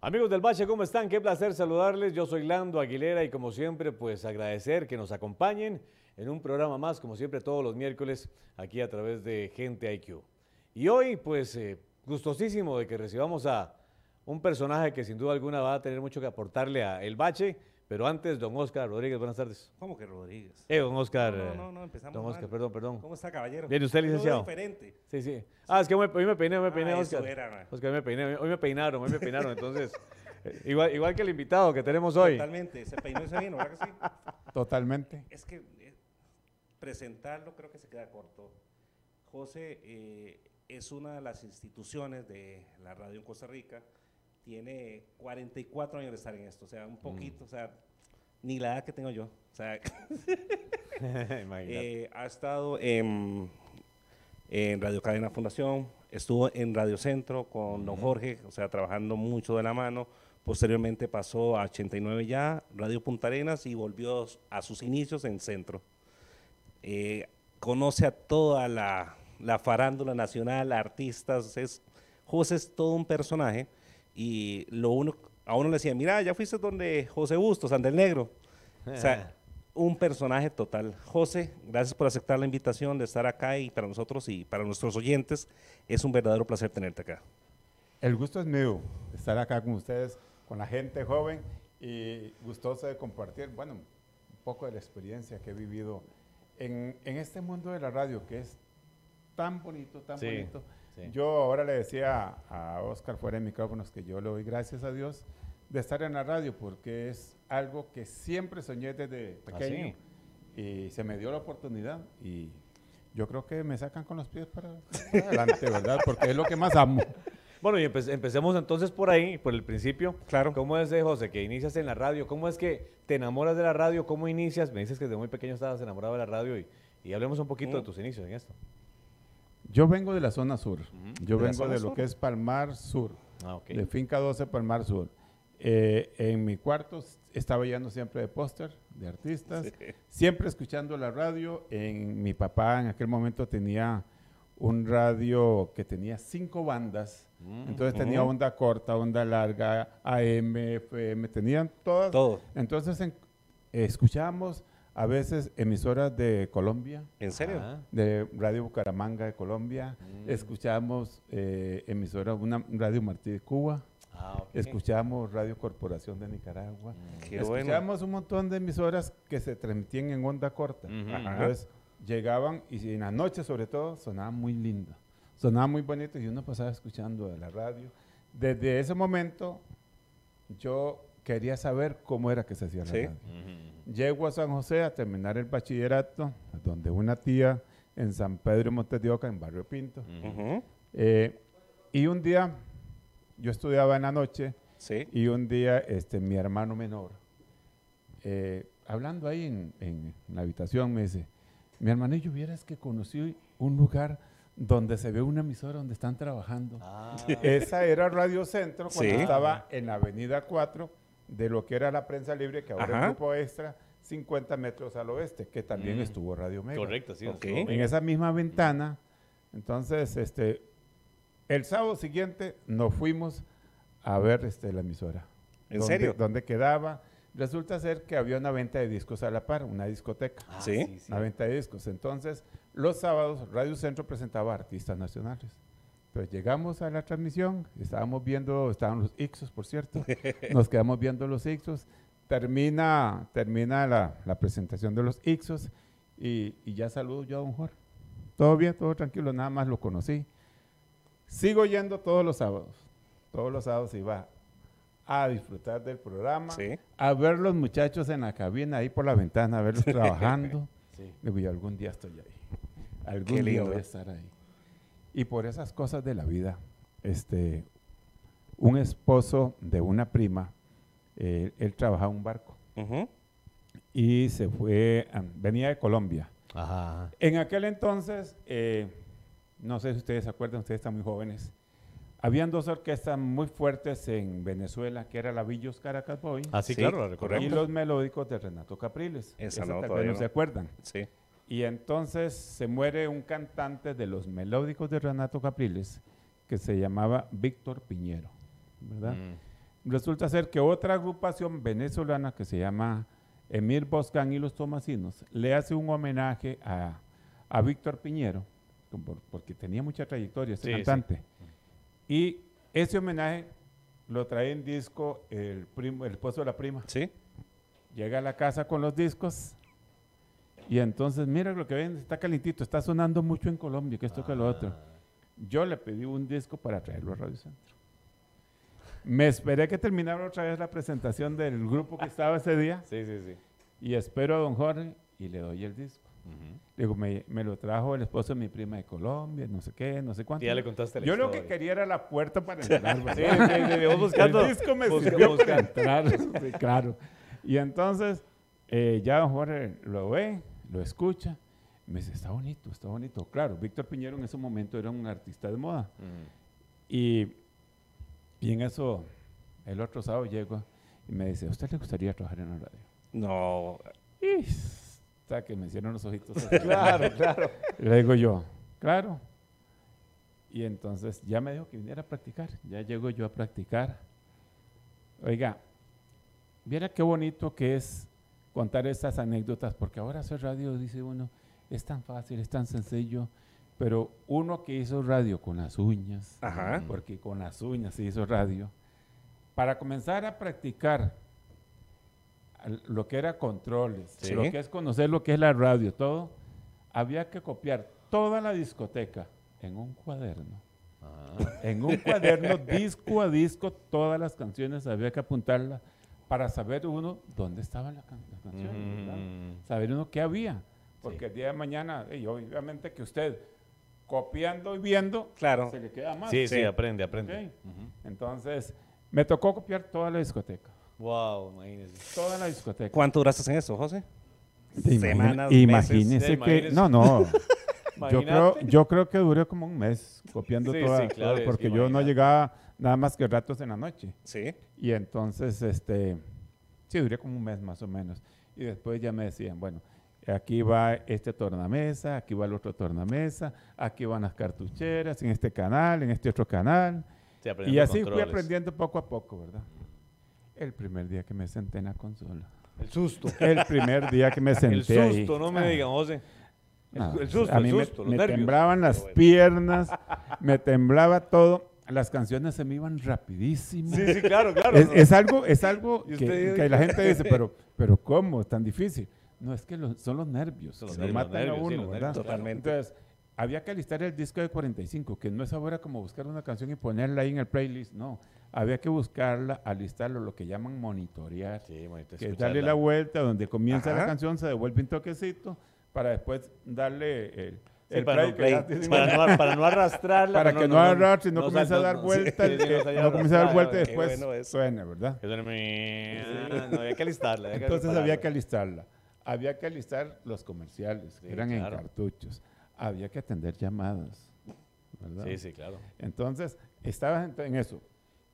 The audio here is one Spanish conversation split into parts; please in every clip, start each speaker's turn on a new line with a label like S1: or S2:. S1: Amigos del Bache, ¿cómo están? Qué placer saludarles. Yo soy Lando Aguilera y como siempre, pues agradecer que nos acompañen en un programa más, como siempre todos los miércoles, aquí a través de Gente IQ. Y hoy, pues, eh, gustosísimo de que recibamos a un personaje que sin duda alguna va a tener mucho que aportarle a El Bache, pero antes, don Oscar Rodríguez, buenas tardes.
S2: ¿Cómo que Rodríguez?
S1: Eh, don Oscar.
S2: no, no,
S1: eh,
S2: no, empezamos
S1: Don Oscar,
S2: mal.
S1: perdón, perdón.
S2: ¿Cómo está, caballero?
S1: Bien, ¿usted,
S2: Yo lo veo
S1: licenciado?
S2: diferente.
S1: Sí, sí. Ah, es que hoy me, hoy me peiné, hoy me peiné,
S2: Ah, eso
S1: Oscar. Pues
S2: era, ma.
S1: Oscar, hoy me peiné, hoy me peinaron, hoy me peinaron, entonces. eh, Igual, igual que el invitado que tenemos hoy.
S2: Totalmente. Se peinó ese vino, ¿verdad que sí?
S3: Totalmente.
S2: Es que eh, presentarlo creo que se queda corto. José eh, es una de las instituciones de la radio en Costa Rica. Tiene 44 años de estar en esto. O
S1: Mm.
S2: sea, un poquito, o sea, ni la edad que tengo yo. O sea,
S1: Imagínate.
S2: Eh, ha estado en, en Radio Cadena Fundación, estuvo en Radio Centro con don Jorge, o sea, trabajando mucho de la mano. Posteriormente pasó a 89 ya, Radio Punta Arenas y volvió a sus inicios en Centro. Eh, conoce a toda la, la farándula nacional, artistas, es, José es todo un personaje y lo uno, a uno le decía, mira, ya fuiste donde José Bustos, Andel Negro.
S1: Eh.
S2: O sea, un personaje total. José, gracias por aceptar la invitación de estar acá y para nosotros y para nuestros oyentes es un verdadero placer tenerte acá.
S3: El gusto es mío estar acá con ustedes, con la gente joven y gustoso de compartir, bueno, un poco de la experiencia que he vivido en, en este mundo de la radio que es tan bonito, tan
S1: Sí,
S3: bonito.
S1: sí.
S3: Yo ahora le decía a, a Oscar fuera de micrófonos que yo le doy gracias a Dios de estar en la radio porque es algo que siempre soñé desde pequeño
S1: ¿Ah,
S3: y se me dio la oportunidad y yo creo que me sacan con los pies para, para adelante, ¿verdad? Porque es lo que más amo.
S1: Bueno, y empe- empecemos entonces por ahí, por el principio.
S2: Claro.
S1: ¿Cómo es, eh, José, que inicias en la radio? ¿Cómo es que te enamoras de la radio? ¿Cómo inicias? Me dices que desde muy pequeño estabas enamorado de la radio y, y hablemos un poquito de
S2: Mm.
S1: tus inicios en esto.
S3: Yo vengo de la zona sur.
S2: ¿De la
S3: Yo vengo
S2: zona
S3: de lo
S2: sur?
S3: que es Palmar Sur,
S1: Ah, ok.
S3: de Finca 12 Palmar Sur. Eh, en mi cuarto s- estaba lleno siempre de póster, de artistas, siempre escuchando la radio. En mi papá en aquel momento tenía un radio que tenía cinco bandas. Entonces tenía
S2: ujú.
S3: onda corta, onda larga, AM, FM, tenían todas.
S2: Todo.
S3: Entonces en- escuchábamos a veces emisoras de Colombia,
S2: ¿En serio?
S1: Ah,
S3: de Radio Bucaramanga de Colombia,
S2: Mm.
S3: escuchamos eh, emisora, una Radio Martí de Cuba,
S1: ah, ok.
S3: escuchamos Radio Corporación de Nicaragua,
S2: Qué bueno.
S3: escuchamos un montón de emisoras que se transmitían en onda corta.
S1: Ujú.
S2: Ajá.
S3: Entonces llegaban y en la noche sobre todo sonaba muy lindo, sonaba muy bonito y uno pasaba escuchando de la radio. Desde ese momento yo quería saber cómo era que se hacía la
S2: Sí.
S3: radio.
S1: Mm.
S3: Llego a San José a terminar el bachillerato, donde una tía en San Pedro Montes de Oca, en Barrio Pinto.
S2: Ujú,
S3: Eh, y un día, yo estudiaba en la noche,
S2: Sí.
S3: y un día este, mi hermano menor, eh, hablando ahí en, en la habitación, me dice, mi hermanillo, vieras que conocí un lugar donde se ve una emisora donde están trabajando.
S1: Ah,
S3: Esa era Radio Centro cuando
S2: Sí.
S3: estaba en la Avenida 4 de lo que era la prensa libre, que ahora
S2: Ajá.
S3: es Grupo Extra, 50 metros al oeste, que también
S1: Mm.
S3: estuvo Radio Mega.
S1: correcto, sí.
S2: Ok.
S3: En esa misma ventana. Entonces, este, el sábado siguiente nos fuimos a ver este, la emisora.
S2: ¿En
S3: Dónde-
S2: serio?
S3: Dónde quedaba. Resulta ser que había una venta de discos a la par, una discoteca.
S1: Ah,
S2: Sí.
S3: La venta de discos. Entonces, los sábados Radio Centro presentaba artistas nacionales. Entonces llegamos a la transmisión, estábamos viendo, estaban los Ixos, por cierto, nos quedamos viendo los Ixos, termina, termina la, la presentación de los Ixos y, y ya saludo yo a Don Jorge. Todo bien, todo tranquilo, nada más lo conocí. Sigo yendo todos los sábados, todos los sábados iba a disfrutar del programa,
S2: Sí.
S3: a ver los muchachos en la cabina, ahí por la ventana, a verlos trabajando.
S1: Sí.
S3: Digo, yo algún día estoy ahí.
S2: Qué
S3: Algún día
S2: lindo.
S3: voy a estar ahí. Y por esas cosas de la vida, este, un esposo de una prima, eh, él trabajaba en un barco
S2: Ujú,
S3: y se fue, a- venía de Colombia.
S1: Ajá.
S3: En aquel entonces, eh, no sé si ustedes se acuerdan, ustedes están muy jóvenes, habían dos orquestas muy fuertes en Venezuela, que era la Villos Caracas Boy
S1: Ah, sí,
S2: Sí,
S1: claro, la
S3: y
S1: recordamos.
S2: correcto.
S3: los melódicos de Renato Capriles.
S2: Esa no,
S3: Esa tal vez
S2: todavía
S3: no
S2: no.
S3: se acuerdan.
S2: Sí.
S3: Y entonces se muere un cantante de los melódicos de Renato Capriles que se llamaba Víctor Piñero, ¿verdad?
S1: Mm.
S3: Resulta ser que otra agrupación venezolana que se llama Emir Boscan y los Tomasinos le hace un homenaje a, a Víctor Piñero, por- porque tenía mucha trayectoria este
S1: Sí, sí.
S3: cantante. Y ese homenaje lo trae en disco el, primo, el esposo de la prima.
S2: ¿Sí?
S3: Llega a la casa con los discos y entonces, mira lo que ven, está calentito, está sonando mucho en Colombia, que esto que lo otro.
S1: Ah.
S3: Yo le pedí un disco para traerlo a Radio Centro. Me esperé que terminara otra vez la presentación del grupo que estaba ese día
S1: Sí, sí, sí.
S3: y espero a don Jorge y le doy el disco.
S1: Ujú.
S3: Le Digo, me, me lo trajo el esposo de mi prima de Colombia, no sé qué, no sé cuánto.
S1: Y ya le contaste la
S3: Yo lo
S1: historia.
S3: que quería era la puerta para entrar.
S1: Sí,
S3: ¿verdad?
S1: sí, sí, sí, vos buscando.
S3: El disco me
S1: busca-
S3: sirvió
S1: buscando.
S3: para entrar, sí, claro. Y entonces, eh, ya don Jorge lo ve, lo escucha, me dice, está bonito, está bonito. Claro, Víctor Piñero en ese momento era un artista de moda.
S1: Ujú.
S3: Y, y en eso, el otro sábado llego y me dice, ¿a usted le gustaría trabajar en la radio?
S2: No,
S3: Y hasta que me hicieron los ojitos. así.
S1: Claro, claro.
S3: Le digo yo, claro. Y entonces ya me dijo que viniera a practicar. Ya llego yo a practicar. Oiga, viera qué bonito que es contar estas anécdotas, porque ahora hacer radio, dice uno, es tan fácil, es tan sencillo, pero uno que hizo radio con las uñas,
S2: Ajá.
S3: porque con las uñas se hizo radio, para comenzar a practicar al- lo que era controles,
S2: Sí.
S3: lo que es conocer lo que es la radio, todo, había que copiar toda la discoteca en un cuaderno.
S1: Ah,
S3: En un cuaderno, disco a disco, todas las canciones había que apuntarlas para saber uno dónde estaban las can- las canciones, ¿verdad?
S1: mm,
S3: saber uno qué había. Porque
S1: Sí.
S3: el día de mañana, y obviamente que usted copiando y viendo,
S2: claro.
S3: se le queda más.
S1: Sí, sí,
S2: Sí.
S1: aprende, aprende.
S3: Ok. Entonces, me tocó copiar toda la discoteca.
S1: Wow, imagínese.
S3: Toda la discoteca.
S2: ¿Cuánto duraste en eso, José?
S3: ¿Te imagina-
S2: Semanas,
S1: meses.
S3: Imagínese que.
S1: Imagínese.
S3: No, no. Yo creo,
S1: Imagínate.
S3: yo creo que duré como un mes copiando
S1: Sí,
S3: toda,
S1: sí, claro,
S3: toda,
S1: es que
S3: porque yo no
S1: imagínate.
S3: llegaba nada más que ratos en la noche.
S2: Sí.
S3: Y entonces, este, sí, duré como un mes más o menos. Y después ya me decían, bueno, aquí va este tornamesa, aquí va el otro tornamesa, aquí van las cartucheras, en este canal, en este otro canal.
S1: Sí,
S3: Y
S1: aprendiendo
S3: así fui
S1: controles.
S3: aprendiendo poco a poco, ¿verdad? El primer día que me senté en la consola.
S1: El susto.
S3: El primer día que me senté
S1: El susto,
S3: ahí.
S1: no me
S3: Ah,
S1: digan, José. El,
S3: no,
S1: el susto,
S3: a mí
S1: el
S3: me-
S1: susto,
S3: me,
S1: los nervios.
S3: temblaban las
S1: Pero bueno.
S3: piernas, me temblaba todo. Las canciones se me iban rapidísimo.
S1: Sí, sí, claro, claro.
S3: Es,
S1: no.
S3: es algo, es algo
S1: Y
S3: que,
S1: usted-
S3: que la gente dice, pero, pero ¿cómo? Es tan difícil. No, es que lo- son los nervios,
S1: Son los
S3: que lo
S1: nervios, los
S3: matan a
S1: nervios, sí,
S3: uno,
S1: los
S3: ¿verdad?
S1: nervios,
S2: Totalmente.
S3: Entonces, había que alistar el disco de 45, que no es ahora como buscar una canción y ponerla ahí en el playlist, no. Había que buscarla, alistarlo, lo que llaman monitorear,
S1: Sí, manito,
S3: que es
S1: escucharla.
S3: darle la vuelta, donde comienza
S2: Ajá.
S3: la canción, se devuelve un toquecito, para después darle el,
S1: Sí,
S3: el
S1: para,
S3: play
S1: no,
S3: que
S2: play.
S3: ya tiene
S1: para, no, ar- para no arrastrarla.
S3: para que no arrastre, no, comience
S1: sal-
S3: a dar
S1: no-
S3: vueltas,
S1: sí, sí,
S3: que
S1: salga
S3: no comience a dar
S1: arrastrada,
S3: vueltas y
S1: ok.
S3: después
S2: bueno eso.
S3: suena, ¿verdad?
S1: Que suene mi- No, había que alistarla. había que
S3: Entonces había que
S1: prepararla.
S3: alistarla. Había que alistar los comerciales, que
S1: Sí,
S3: eran
S1: claro.
S3: en cartuchos. Había que atender llamadas, ¿verdad?
S1: Sí, sí, claro.
S3: Entonces, estabas en, en eso,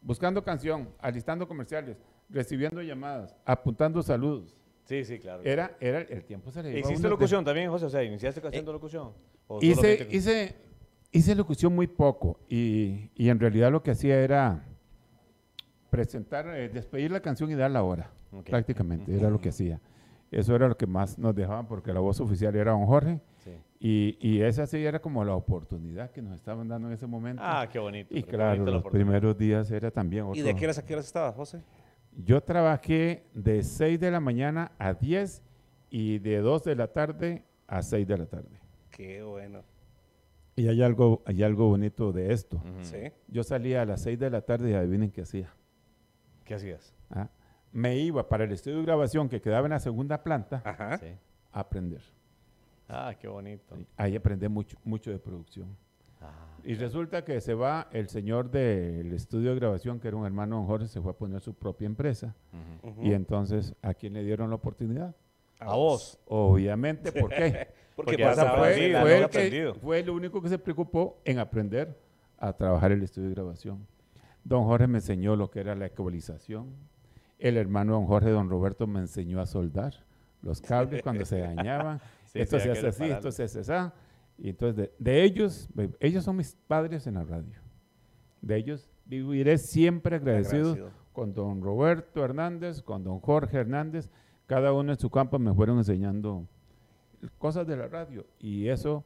S3: buscando canción, alistando comerciales, recibiendo llamadas, apuntando saludos.
S1: Sí, sí, claro.
S3: Era, era el tiempo se le iba a uno
S1: ¿Hiciste
S3: de-
S1: locución también, José? O sea, ¿iniciaste haciendo locución? ¿O
S3: Eh, Hice,
S1: solamente-
S3: hice, hice locución muy poco y, y en realidad lo que hacía era presentar, eh, despedir la canción y dar la hora,
S1: Ok.
S3: prácticamente, era lo que hacía. Eso era lo que más nos dejaban porque la voz oficial era don Jorge
S1: Sí.
S3: y, y esa sí era como la oportunidad que nos estaban dando en ese momento.
S1: Ah, qué bonito.
S3: y
S1: qué
S3: claro,
S1: bonito la
S3: los
S1: oportunidad.
S3: primeros días era también otro.
S2: ¿Y de qué horas a qué horas estabas, José?
S3: Yo trabajé de 6 de la mañana a 10 y de 2 de la tarde a 6 de la tarde.
S2: Qué bueno.
S3: Y hay algo, hay algo bonito de esto.
S1: Ujú.
S2: Sí.
S3: Yo salía a las 6 de la tarde y adivinen qué hacía.
S1: ¿Qué hacías?
S3: ¿ah? Me iba para el estudio de grabación que quedaba en la segunda planta
S2: Ajá.
S1: Sí.
S3: a aprender.
S1: Ah, qué bonito.
S3: Sí, Ahí aprendí mucho, mucho de producción.
S1: Ah,
S3: Y resulta que se va el señor del estudio de grabación, que era un hermano don Jorge, se fue a poner su propia empresa.
S1: ujú.
S2: Ujú.
S3: Y entonces, ¿a quién le dieron la oportunidad?
S2: Ah,
S1: A vos.
S3: Obviamente, ¿por qué?
S2: Porque,
S1: Porque
S2: pasaba
S1: pasaba
S3: fue,
S1: sí, la
S3: fue
S1: no
S3: el que-
S1: aprendido.
S3: fue el único que se preocupó en aprender a trabajar el estudio de grabación. Don Jorge me enseñó lo que era la ecualización. El hermano don Jorge, don Roberto, me enseñó a soldar los cables cuando se dañaban.
S1: Sí,
S3: esto
S1: sí,
S3: se
S1: hay que
S3: hace así,
S1: repararlo.
S3: esto se hace así. Y entonces, de, de ellos, ve- ellos son mis padres en la radio. De ellos viviré siempre agradecido,
S2: Agradecido.
S3: con don Roberto Hernández, con don Jorge Hernández, cada uno en su campo me fueron enseñando cosas de la radio y eso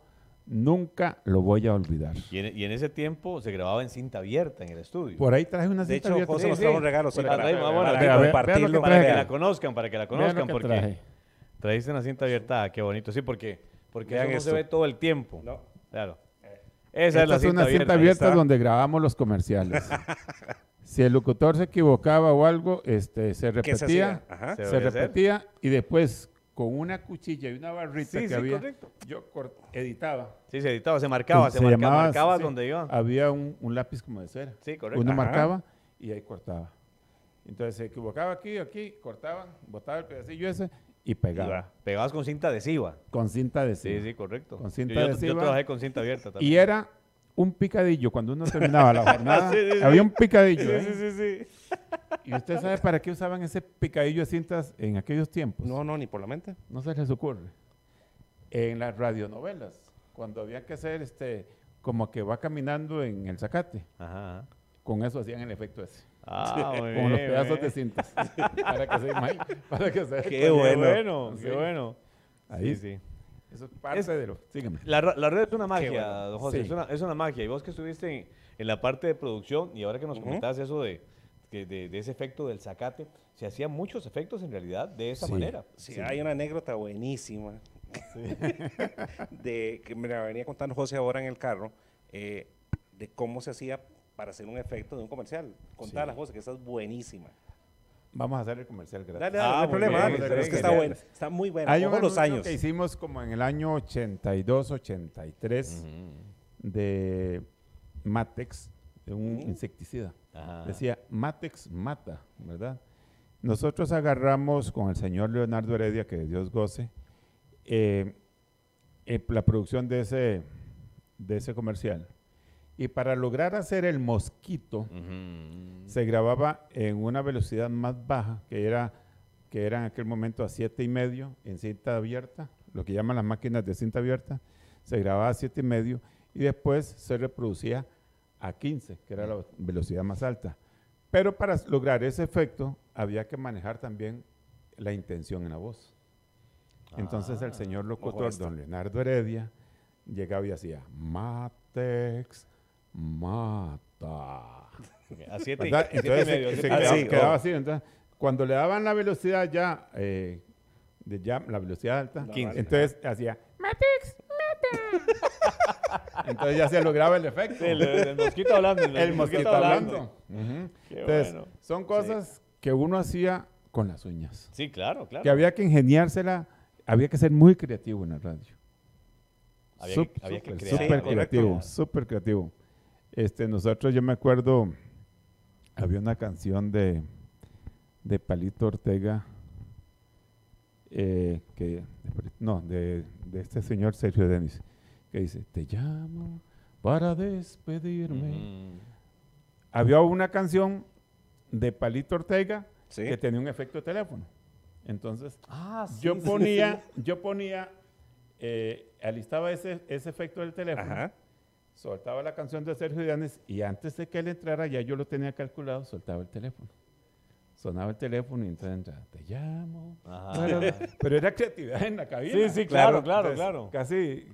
S3: nunca lo voy a olvidar.
S1: Y en, y en ese tiempo se grababa en cinta abierta en el estudio.
S3: Por ahí traje una
S2: De
S3: cinta
S2: hecho,
S3: abierta.
S2: José
S1: Sí,
S2: nos
S1: sí.
S2: trajo un regalo sí,
S1: Por
S2: para,
S1: ahí, vamos a
S2: para
S1: ver,
S3: a ver, vean
S2: compartirlo.
S3: lo que
S1: Para que
S3: traje.
S1: la conozcan, para que la
S3: Vean lo
S1: conozcan,
S3: que
S1: porque
S3: traje.
S1: traíste una cinta abierta, ah, qué bonito, sí, porque, porque eso
S2: Vean
S1: no se
S2: esto.
S1: ve todo el tiempo.
S2: No.
S1: Claro. Esa
S3: Esta
S1: es la cinta
S3: una
S1: abierta.
S3: cinta
S1: ahí
S3: abierta
S1: está.
S3: donde grabamos los comerciales. si el locutor se equivocaba o algo, este, se
S2: ¿Qué se
S3: repetía,
S2: hacía? Ajá.
S1: Se
S3: se,
S1: debería hacer.
S3: repetía y después con una cuchilla y una barrita
S1: Sí,
S3: que
S1: sí,
S3: había,
S1: correcto.
S3: yo cort- editaba.
S1: Sí, se editaba, se marcaba, se,
S3: Se
S1: marca-
S3: llamaba-
S1: marcaba
S3: sí,
S1: donde iba.
S3: Había un, un lápiz como de cera.
S1: Sí, correcto.
S3: Uno
S2: Ajá.
S3: marcaba y ahí cortaba. Entonces se equivocaba aquí, aquí, cortaban, botaba el pedacillo ese y pegaba.
S1: Pegabas con cinta adhesiva.
S3: Con cinta de
S1: Sí,
S3: cera.
S1: sí, correcto.
S3: Con cinta
S1: Yo- yo, yo
S3: adhesiva.
S1: trabajé con cinta abierta también.
S3: Y era un picadillo. Cuando uno terminaba la jornada,
S1: Sí, sí, sí.
S3: había un picadillo.
S1: Sí,
S3: ¿eh?
S1: sí, sí, sí.
S3: ¿Y usted sabe para qué usaban ese picadillo de cintas en aquellos tiempos?
S2: No, no, ni por la mente.
S3: No se les ocurre. En las radionovelas, cuando había que hacer este, como que va caminando en el zacate,
S1: Ajá. ajá.
S3: con eso hacían el efecto ese.
S1: Ah, muy
S3: con los
S1: bien,
S3: pedazos
S1: muy
S3: de
S1: bien.
S3: cintas. para que se imag- para que se
S1: Qué bueno,
S3: Sí.
S1: qué bueno.
S3: Ahí
S1: Sí, sí.
S3: Eso es parte
S1: Es-
S3: de lo. Sígueme.
S1: La, ra- la red es una magia,
S2: bueno.
S1: don José,
S3: Sí.
S1: es, una, es una magia. Y vos que estuviste en, en la parte de producción y ahora que nos
S2: Ujú.
S1: comentabas eso de, que- de- de ese efecto del zacate, se hacían muchos efectos en realidad de esa
S3: Sí.
S1: manera.
S2: Sí, hay una anécdota buenísima de que me la venía contando José ahora en el carro eh, de cómo se hacía para hacer un efecto de un comercial. Contala, José, que esa es buenísima.
S3: Vamos a hacer el comercial, gracias.
S2: Dale, dale,
S1: Ah,
S2: no hay
S1: muy
S2: problema,
S1: bien,
S2: dale, pero es que
S1: excelente.
S2: está buena, está muy buena.
S3: Hay un
S2: Ojo los
S3: anuncio
S2: años.
S3: que hicimos como en el año 82, 83 de Matex, de un insecticida.
S1: Ajá.
S3: Decía, Matex mata, ¿verdad? Nosotros agarramos con el señor Leonardo Heredia, que Dios goce, eh, eh, la producción de ese, de ese comercial. Y para lograr hacer el mosquito,
S1: Ujú.
S3: se grababa en una velocidad más baja, que era, que era en aquel momento a siete y medio en cinta abierta, lo que llaman las máquinas de cinta abierta, se grababa a siete y medio y después se reproducía a 15, que era la velocidad más alta. Pero para s- lograr ese efecto había que manejar también la intención en la voz. Entonces el señor locutor,
S2: esto.
S3: don Leonardo Heredia, llegaba y hacía, Matex, mata.
S1: A siete, y-
S3: ¿verdad?
S1: siete y
S3: Entonces eh,
S1: medio,
S3: se, se
S1: siete y
S2: ah,
S3: quedaba,
S1: medio.
S2: sí,
S3: quedaba
S2: oh.
S3: así. Entonces, cuando le daban la velocidad ya, eh, de ya la velocidad alta,
S1: 15.
S3: entonces hacía Matrix, mata. entonces ya se lograba el efecto.
S1: Sí, el, el mosquito hablando.
S3: el mosquito hablando. Ujú.
S1: Qué
S3: Entonces,
S1: bueno.
S3: son cosas que uno hacía con las uñas.
S1: Sí, claro, claro.
S3: Que había que ingeniársela, había que ser muy creativo en la radio.
S1: Había
S3: Sup-
S1: que- había que
S3: súper,
S1: crear,
S3: súper
S1: había que
S3: creativo,
S2: crear.
S3: súper creativo. Este, nosotros, yo me acuerdo, había una canción de, de Palito Ortega, eh, que, de Pali- no, de, de este señor Sergio Denis, que dice, te llamo para despedirme.
S1: Ujú.
S3: Había una canción de Palito Ortega
S2: Sí.
S3: que tenía un efecto de teléfono. Entonces,
S1: Ah, sí,
S3: yo
S1: sí,
S3: ponía, yo ponía, eh, alistaba ese, ese efecto del teléfono,
S2: Ajá.
S3: soltaba la canción de Sergio Llanes y antes de que él entrara, ya yo lo tenía calculado, soltaba el teléfono. Sonaba el teléfono y entonces entraba, te llamo.
S1: Ajá.
S3: Pero- Pero era creatividad en la cabina.
S1: Sí, sí, claro, claro, claro.
S3: Casi,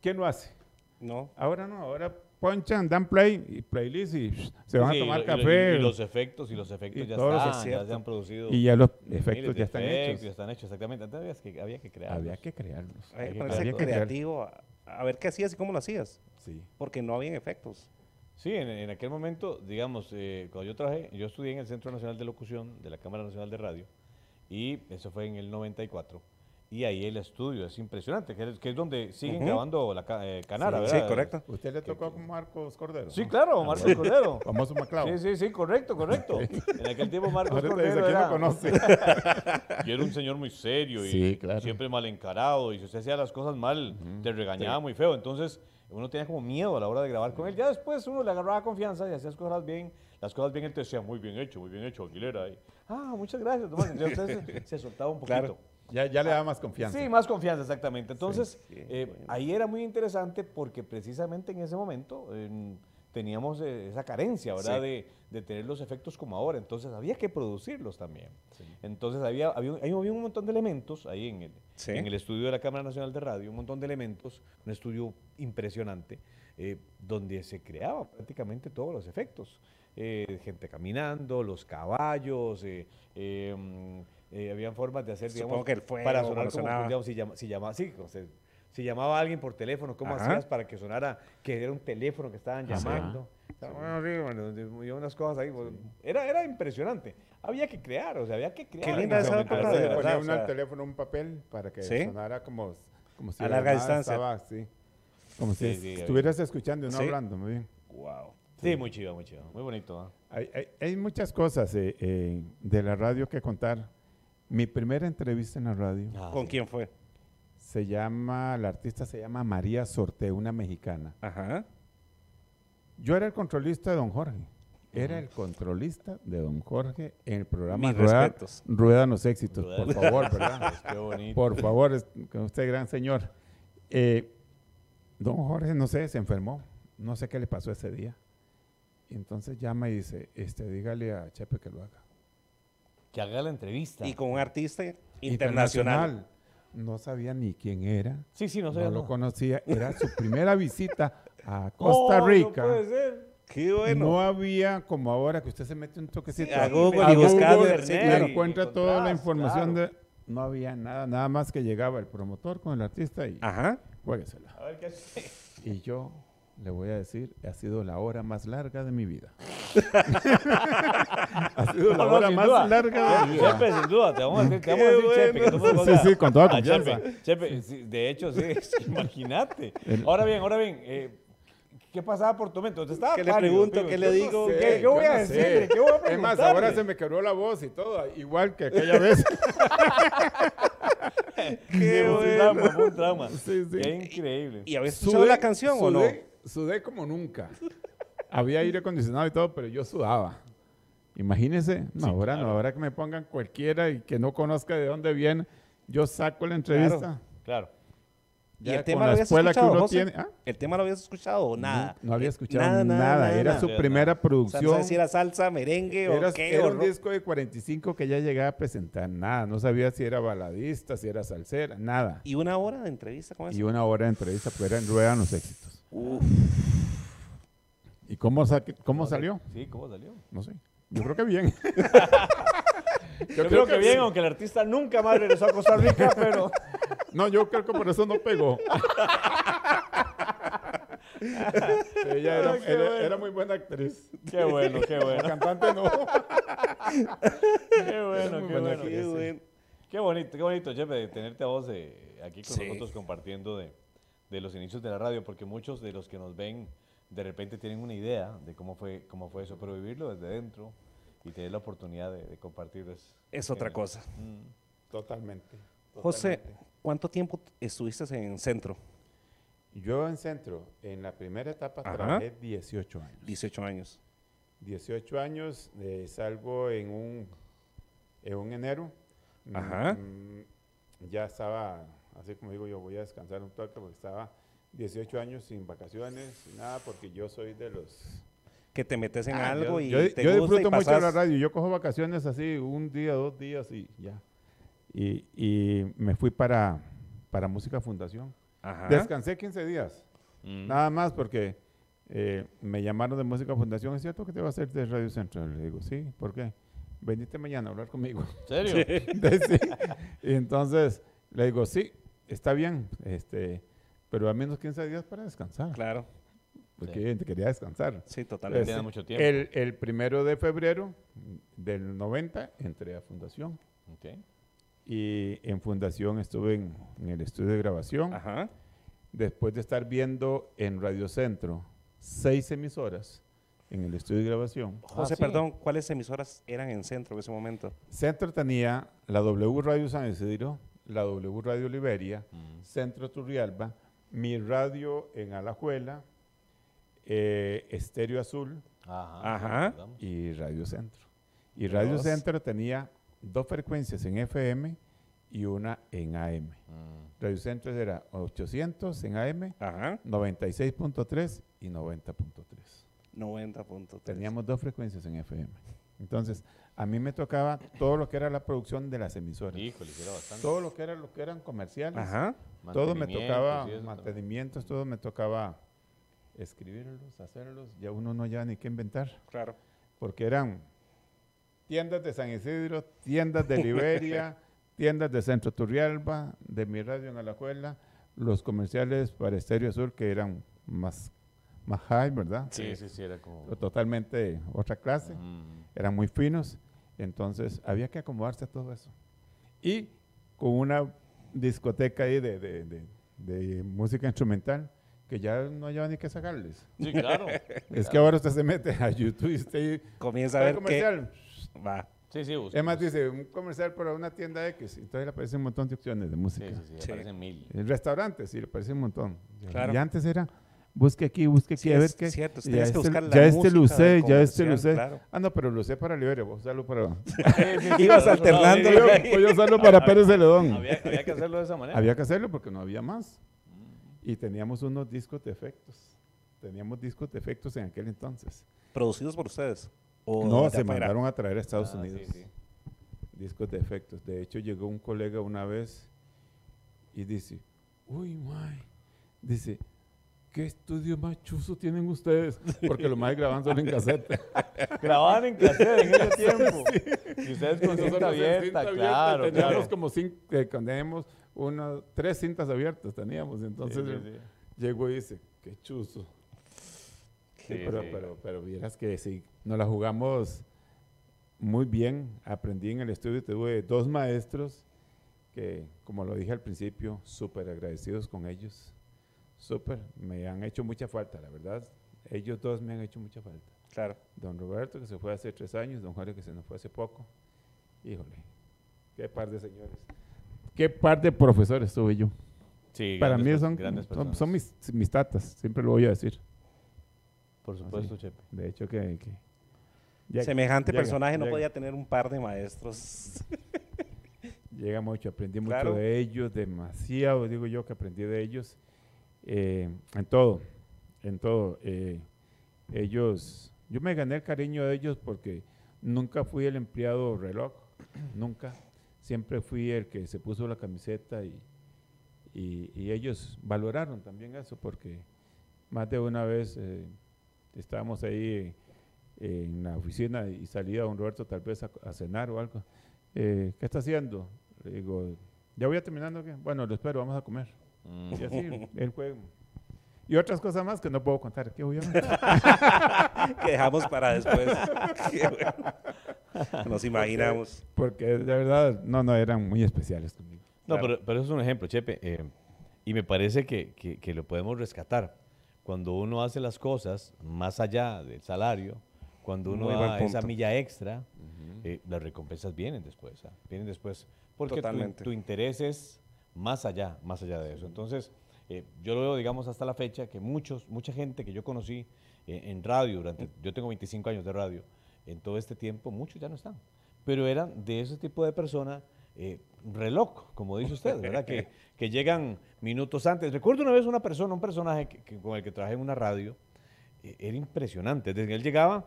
S3: ¿quién lo hace?
S2: No.
S3: Ahora no, ahora ponchan, dan play y playlist y psh, se van
S1: Sí,
S3: a
S1: y
S3: tomar
S1: lo- y lo-
S3: café.
S1: Y, los efectos, y los efectos
S3: y
S1: ya
S3: todos los
S1: están, ya
S2: efectos.
S1: se han producido.
S3: y ya los
S1: miles
S3: efectos
S1: de
S3: ya están
S1: efectos, Ya
S3: hechos.
S1: están hechos, exactamente. Antes había que, había que crearlos.
S3: Había que crearlos.
S2: Hay que
S1: que
S2: ponerse
S1: crear
S3: todo.
S2: Eh, creativo a, a ver qué hacías y cómo lo hacías.
S3: Sí.
S2: Porque no habían efectos.
S1: Sí, en, en aquel momento, digamos, eh, cuando yo trabajé, yo estudié en el Centro Nacional de Locución de la Cámara Nacional de Radio, y eso fue en el 94. Y ahí el estudio es impresionante, que es, que es donde siguen
S2: Ujú.
S1: grabando la ca- eh, Canara,
S2: Sí,
S1: ¿verdad?
S2: sí, correcto.
S3: ¿Usted le tocó con Marcos Cordero?
S1: Sí,
S3: no?
S1: claro, Marcos Cordero.
S3: Famoso Maclavo.
S1: Sí, sí, sí, correcto, correcto. En aquel tiempo Marcos
S3: Ahorita
S1: Cordero
S3: dice, ¿quién
S1: era,
S3: lo conoce?
S1: Yo era un señor muy serio y
S3: Sí, claro.
S1: siempre mal encarado y si usted hacía las cosas mal, te regañaba muy feo. Entonces uno tenía como miedo a la hora de grabar con él. Ya después uno le agarraba confianza y hacía las cosas bien. Las cosas bien, él te decía, muy bien hecho, muy bien hecho, Aguilera. Y, ah, muchas gracias, Tomás. Entonces usted se, se soltaba un poquito.
S2: Claro.
S3: Ya, ya le da más confianza.
S1: Sí, más confianza, exactamente. Entonces,
S2: sí,
S1: eh,
S2: bueno.
S1: ahí era muy interesante porque precisamente en ese momento, en- teníamos eh, esa carencia, ¿verdad?
S2: Sí.
S1: De, de tener los efectos como ahora. Entonces había que producirlos también. Entonces había, había, un- ahí había un montón de elementos ahí en el,
S2: Sí.
S1: en el estudio de la Cámara Nacional de Radio, un montón de elementos, un estudio impresionante, eh, donde se creaban prácticamente todos los efectos. Eh, gente caminando, los caballos, eh, eh, mm, eh, habían formas de hacer,
S2: Pues, Supongo
S1: digamos,
S2: que el fuego,
S1: para sonar
S2: cuando
S1: como,
S2: sonaba.
S1: digamos, si, llama, si, llama, sí, o sea, si llamaba a alguien por teléfono, ¿cómo
S2: Ajá.
S1: hacías para que sonara, que era un teléfono que estaban
S3: Ajá.
S1: llamando? O sea, bueno, sí, bueno, de- de unas cosas ahí, bueno, era, era impresionante. Había que crear, o sea, había que crear. en
S2: linda
S1: ese
S2: esa
S1: momento,
S2: época,
S1: de
S2: de
S3: le
S1: verdad,
S2: verdad,
S3: ponía
S2: o
S3: uno al
S2: sea.
S3: teléfono un papel para que
S2: Sí.
S3: sonara como, como si
S2: A
S3: la
S2: larga
S3: llamada
S2: distancia.
S3: estaba así. Como
S1: Sí,
S3: si
S1: sí,
S3: estuvieras escuchando y no
S2: Sí.
S3: hablando, muy bien.
S2: Wow.
S1: Sí, muy chido, muy chido. Muy bonito. ¿ah?
S3: Hay, hay- hay muchas cosas eh, eh, de la radio que contar. Mi primera entrevista en la radio
S2: ¿Con
S1: sí.
S2: quién fue?
S3: se llama, la artista se llama María Sorte, una mexicana.
S2: Ajá.
S3: Yo era el controlista de don Jorge. Era el controlista de don Jorge en el programa
S2: Mis
S3: Rueda,
S2: respetos.
S3: Ruedan los éxitos,
S1: Rueda
S3: por
S1: los
S3: favor, ¿verdad?
S1: Qué bonito.
S3: Por favor, es- con usted, gran señor. Eh, don Jorge, no sé, se enfermó. No sé qué le pasó ese día. Y entonces llama y dice, este, dígale a Chepe que lo haga.
S1: Que haga la entrevista.
S2: Y con un artista internacional.
S3: Internacional. No sabía ni quién era.
S1: Sí, sí, no
S3: No,
S1: sé.
S3: lo conocía. Era su primera visita a Costa Rica.
S1: Oh, No puede ser.
S2: Qué bueno.
S3: No había como ahora que usted se mete un toquecito
S2: Sí, a
S3: a
S2: Google
S3: a
S2: y buscando
S3: Google,
S2: en
S3: sí,
S2: internet
S3: claro,
S2: y
S3: encuentra toda la
S1: encontrás,
S3: información
S1: claro.
S3: de no había nada, nada más que llegaba el promotor con el artista y
S2: Ajá.
S3: juéguesela.
S1: A ver qué hace.
S3: Y yo le voy a decir, ha sido la hora más larga de mi vida. ha sido la
S1: No, no,
S3: hora
S1: sin
S3: más
S1: duda.
S3: larga de mi vida.
S1: Chepe, sin duda, te vamos a decir, te vamos a
S2: Qué
S1: decir Chepe. Que tú
S2: bueno.
S1: puedes
S3: Sí,
S1: colgar.
S3: sí, con toda
S1: A Ah, Chepe,
S3: confianza.
S1: Chepe, sí, de hecho, sí, es que imagínate.
S3: El-
S1: Ahora bien, ahora bien, eh, ¿qué pasaba por tu mente? Te estaba
S2: ¿Qué le
S1: pálido,
S2: pregunto?
S1: pibe,
S2: ¿Qué
S1: yo
S2: le
S1: no
S2: digo?
S1: sé,
S2: ¿Qué-
S1: ¿Qué,
S2: yo
S1: voy a
S3: no sé.
S1: decirle? ¿Qué voy a
S3: Es más,
S1: preguntarle?
S3: ahora se me quebró la voz y todo, igual que aquella vez.
S1: Qué
S2: Qué
S1: fue un
S2: bueno.
S1: drama, fue un drama.
S3: Sí, sí.
S1: Qué increíble.
S2: ¿Y habías escuchado la canción o no?
S3: sudé- Sudé como nunca. Había aire acondicionado y todo, pero yo sudaba. Imagínese, no, ahora no, ahora que me pongan cualquiera y que no conozca de dónde viene, yo saco la entrevista.
S1: Claro.
S2: ¿Y
S3: Ya
S2: el tema
S3: con
S2: lo
S3: la
S2: habías
S3: escuela que
S2: escuchado,
S3: uno
S2: José?
S3: tiene- ¿Ah?
S2: ¿El tema lo habías escuchado o nada?
S3: No, no había
S2: Eh,
S3: escuchado nada, era su
S1: nada.
S3: primera
S2: O sea, no
S3: producción.
S2: sé si era salsa, merengue
S3: Era,
S2: o qué.
S3: era
S2: o
S3: un
S2: no.
S3: disco de 45 que ya llegaba a presentar nada, no sabía si era baladista, si era salsera, nada.
S2: Y una hora de entrevista con eso.
S3: Y una hora de entrevista, pero era en rueda los éxitos. ¿Y cómo, sa- cómo salió?
S1: Sí, ¿cómo salió?
S3: No sé. Yo creo que bien.
S1: Yo, creo que, bien, aunque el artista nunca más regresó a Costa Rica, pero.
S3: No, yo creo que por eso no pegó. Ella era,
S1: Ay, qué
S3: era-
S1: bueno.
S3: era muy buena actriz.
S1: Qué bueno, qué
S3: La
S1: bueno.
S3: cantante no.
S1: Qué bueno,
S3: muy
S1: qué
S3: buena
S1: bueno.
S2: Qué bueno.
S1: Qué bonito, qué bonito, Chepe, de tenerte a vos eh, aquí con
S2: Sí.
S1: nosotros compartiendo de, de los inicios de la radio, porque muchos de los que nos ven de repente tienen una idea de cómo fue, cómo fue eso, pero vivirlo desde dentro y tener la oportunidad de, de compartirlo es,
S2: Es otra
S1: genial.
S2: cosa.
S1: Mm.
S3: Totalmente.
S2: José, ¿cuánto tiempo t- estuviste en centro?
S3: Yo en centro, en la primera etapa,
S2: Ajá.
S3: trabajé 18 años.
S2: 18 años.
S3: 18 años, eh, salgo en un, en un enero. Mm,
S2: Ajá.
S3: mm, ya estaba, así como digo, yo voy a descansar un toque porque estaba 18 años sin vacaciones, sin nada, porque yo soy de los...
S2: Que te metes en
S3: Ah,
S2: algo
S3: yo,
S2: y
S3: yo-
S2: te gusta
S3: yo
S2: y
S3: disfruto mucho de la
S2: pasas-
S3: radio. Yo cojo vacaciones así, un día, dos días y ya. Y, y me fui para, para Música Fundación.
S2: Ajá.
S3: Descansé 15 días.
S1: Mm.
S3: Nada más porque eh, me llamaron de Música Fundación. ¿Es cierto que te va a hacer de Radio Central? Le digo, sí, ¿por qué? Veniste mañana a hablar conmigo.
S1: ¿En serio?
S3: Sí. Y entonces le digo, sí, está bien, este, pero al menos 15 días para descansar.
S2: Claro,
S3: Porque te quería descansar.
S1: Te
S2: sí,
S3: Pues,
S2: totalmente.
S1: queda
S3: sí.
S1: mucho tiempo.
S3: El, el primero de febrero del 90 entré a Fundación.
S1: Ok.
S3: Y en Fundación estuve en, en el estudio de grabación.
S2: Ajá.
S3: Después de estar viendo en Radio Centro seis emisoras en el estudio de grabación.
S2: José,
S1: Ah, sí.
S2: perdón, ¿cuáles emisoras eran en centro en ese momento?
S3: Centro tenía la W Radio San Isidro, la W Radio Liberia,
S1: Mm.
S3: Centro Turrialba, mi radio en Alajuela, eh, Estéreo Azul
S1: Ajá.
S2: Ajá.
S1: nos acordamos.
S3: y Radio Centro. Y
S2: Mira
S3: Radio
S2: vos.
S3: Centro tenía dos frecuencias en FM y una en AM.
S1: Mm.
S3: Radio Centro era 800 en AM,
S2: Ajá.
S3: 96.3 y 90.3.
S2: 90.3.
S3: Teníamos dos frecuencias en FM. Entonces, a mí me tocaba todo lo que era la producción de las emisoras.
S1: Mm. Híjole, que era bastante.
S3: Todo lo que era lo que eran comerciales.
S2: Ajá.
S3: Todo me
S1: Mantenimientos
S3: tocaba,
S1: y eso también.
S3: mantenimientos, todo me tocaba escribirlos, hacerlos. Ya uno no lleva ni qué inventar.
S2: Claro.
S3: porque eran tiendas de San Isidro, tiendas de Liberia, tiendas de Centro Turrialba, de Mi Radio en Alajuela, los comerciales para Estéreo Sur que eran más, más high, ¿verdad?
S1: Sí, sí, sí, era como.
S3: O Totalmente otra clase,
S1: Mm.
S3: eran muy finos, entonces había que acomodarse a todo eso. Y con una discoteca ahí de, de- de- de música instrumental que ya no lleva ni que sacarles.
S1: Sí, claro.
S3: Es que ahora usted se mete a YouTube y usted...
S2: Comienza a
S3: ¿sabe
S2: ver
S3: comercial?
S2: qué va.
S1: Sí, sí, busca.
S3: Es más, dice, un comercial para una tienda X, entonces le aparecen un montón de opciones de música.
S1: Sí, sí, sí,
S2: Sí.
S1: aparecen mil.
S3: En restaurantes, sí, le aparece un montón.
S2: Claro.
S3: Y antes era, busque aquí, busque aquí,
S2: Sí,
S3: a ver
S2: es
S3: qué.
S2: cierto,
S3: y ya
S2: tenías que
S3: este,
S2: buscar la
S3: ya este lo
S2: música
S3: usé,
S2: del
S3: ya este lo
S2: comercial,
S3: usé.
S2: claro.
S3: Ah, no, pero lo usé para Liberia, vos salud para...
S2: Ibas alternando.
S3: yo, pues yo salud para Pérez Celedón.
S1: Había, había que hacerlo de esa manera.
S3: Había que hacerlo porque no había más.
S1: Mm.
S3: Y teníamos unos discos de efectos. Teníamos discos de efectos en aquel entonces.
S2: Producidos por ustedes. O
S3: No,
S2: de
S3: se
S2: afuera.
S3: mandaron a traer a
S1: Oh, Ah,
S3: Estados
S1: sí,
S3: Unidos.
S1: sí.
S3: discos de efectos. De hecho, llegó un colega una vez y dice, uy, mae, dice, ¿qué estudio más chuzo tienen ustedes? Porque los más graban solo en casete.
S1: Grababan en cassette en ese tiempo. Y ustedes con cinta
S3: Nosotros en cinta
S1: abierta,
S3: abierta
S1: claro.
S3: Teníamos
S1: claro.
S3: como cinco, eh, teníamos uno- tres cintas abiertas, teníamos.
S1: Sí,
S3: Entonces
S1: sí, sí.
S3: llegó y dice, qué chuzo. Sí,
S1: Sí,
S3: pero,
S1: sí.
S3: pero, pero vieras que sí, nos la jugamos muy bien. Aprendí en el estudio, tuve dos maestros que, como lo dije al principio, súper agradecidos con ellos. Súper, me han hecho mucha falta, la verdad. Ellos dos me han hecho mucha falta.
S2: Claro.
S3: Don Roberto, que se fue hace tres años, don Jorge, que se nos fue hace poco. Híjole, qué par de señores. Qué par de profesores tuve yo.
S1: Sí,
S3: Para
S1: grandes
S3: mí
S1: per-
S3: son,
S1: grandes
S3: son,
S1: personas.
S3: son mis, mis tatas, siempre lo voy a decir.
S1: Por supuesto, Chepe.
S3: De hecho, que. que- llega-
S2: Semejante
S3: llega,
S2: personaje no
S3: llega.
S2: podía tener un par de maestros.
S3: Llega mucho, aprendí
S2: Claro.
S3: mucho de ellos, demasiado, digo yo, que aprendí de ellos. eh, en todo, en todo. eh, ellos, yo me gané el cariño de ellos porque nunca fui el empleado reloj, nunca. Siempre fui el que se puso la camiseta y, y- y ellos valoraron también eso porque más de una vez eh, estábamos ahí eh, en la oficina y salía don Roberto tal vez a, a cenar o algo. Eh, ¿Qué está haciendo? Le digo, ya voy a terminando. ¿qué? Bueno, lo espero, vamos a comer.
S1: Mm.
S3: Y así, el juego. Y otras cosas más que no puedo contar aquí, obviamente.
S2: que dejamos para después. Qué bueno. Nos imaginamos.
S3: Porque de verdad, no, no, eran muy especiales conmigo.
S1: No,
S2: Claro.
S1: pero, pero eso es un ejemplo, Chepe. eh, y me parece que, que- que lo podemos rescatar. Cuando uno hace las cosas más allá del salario, cuando uno
S2: Muy buen
S1: da esa
S2: punto.
S1: milla extra, eh, las recompensas vienen después. ¿ah? Vienen después. Porque tu,
S2: Totalmente.
S1: tu interés es más allá, más allá de eso. Entonces, eh, yo lo veo, digamos, hasta la fecha, que muchos, mucha gente que yo conocí eh, en radio durante, yo tengo 25 años de radio, en todo este tiempo, muchos ya no están. Pero eran de ese tipo de persona, eh, reloj, como dice usted, ¿verdad? que, que llegan minutos antes. Recuerdo una vez una persona, un personaje que- que- con el que trabajé en una radio, eh, era impresionante. Desde que él llegaba,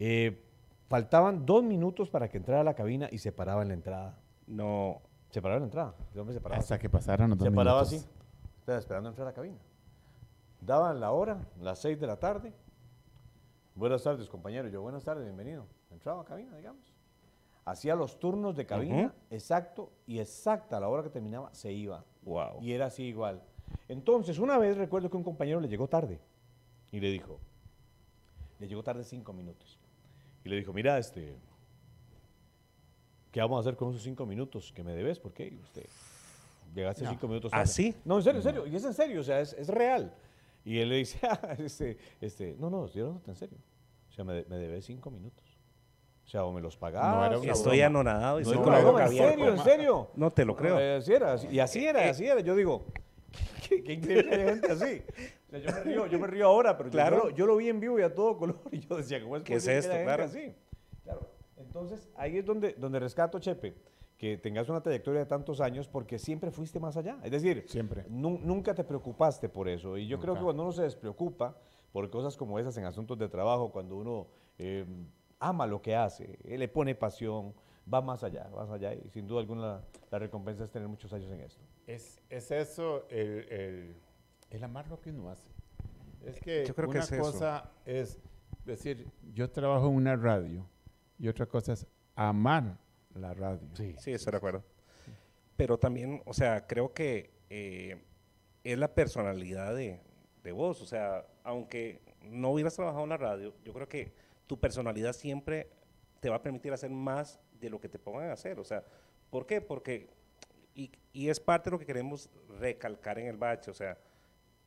S1: eh, faltaban dos minutos para que entrara a la cabina y se paraba en la entrada.
S2: No.
S1: Se paraba en la entrada. El hombre se paraba.
S3: Hasta que pasaron los dos
S1: Se paraba así.
S3: minutos.
S1: Estaba esperando entrar a la cabina. Daban la hora, las 6 de la tarde. Buenas tardes, compañero. Yo, buenas tardes, bienvenido. Entraba a cabina, digamos. Hacía los turnos de cabina,
S2: Ujú.
S1: exacto, y exacta a la hora que terminaba, se iba.
S2: Wow.
S1: Y era así igual. Entonces, una vez recuerdo que un compañero le llegó tarde y le dijo, le llegó tarde cinco minutos. Y le dijo, mira, este, ¿qué vamos a hacer con esos cinco minutos que me debes? ¿Por qué? Y usted, llegaste
S3: No.
S1: cinco minutos
S2: ¿Ah,
S1: tarde".
S2: sí?
S1: No, en serio, en serio. Y es en serio, o sea, es, es real. Y él le dice, "Ah, este, este, no, no, estoy hablándote en serio. O sea, me, de- me debes cinco minutos. O sea, o me los pagabas.
S3: era una
S2: Estoy
S3: broma.
S2: anonadado y
S1: No,
S2: estoy
S1: no,
S2: con la
S1: no,
S2: boca
S1: en serio, en
S2: abierta.
S1: serio.
S2: No te lo creo.
S1: Eh, Así era, así- y así era, así era. Yo digo, qué, qué increíble que haya gente así. O sea, yo me río, yo me río ahora, pero yo-
S2: Claro.
S1: yo, lo, yo lo vi en vivo y a todo color y yo decía, ¿cómo es
S2: ¿Qué es
S1: posible
S2: esto?
S1: que haya
S2: Claro.
S1: gente así? Claro. Entonces, ahí es donde, donde rescato, Chepe, que tengas una trayectoria de tantos años porque siempre fuiste más allá. Es decir,
S3: Siempre.
S1: nu- nunca te preocupaste por eso. Y yo creo que
S3: Nunca.
S1: cuando uno se despreocupa, por cosas como esas en asuntos de trabajo, cuando uno eh, ama lo que hace, eh, le pone pasión, va más allá, va más allá y sin duda alguna la recompensa es tener muchos años en esto.
S3: Es, es eso el, el, el amar lo que uno hace. Es que
S2: Yo creo que
S3: una
S2: es eso.
S3: cosa es decir, yo trabajo en una radio y otra cosa es amar la radio.
S2: Sí, estoy de acuerdo. Pero también, o sea, creo que eh, es la personalidad de, de vos. O sea, aunque no hubieras trabajado en la radio, yo creo que tu personalidad siempre te va a permitir hacer más de lo que te pongan a hacer. O sea, ¿por qué? Porque, y, y es parte de lo que queremos recalcar en el bache, o sea,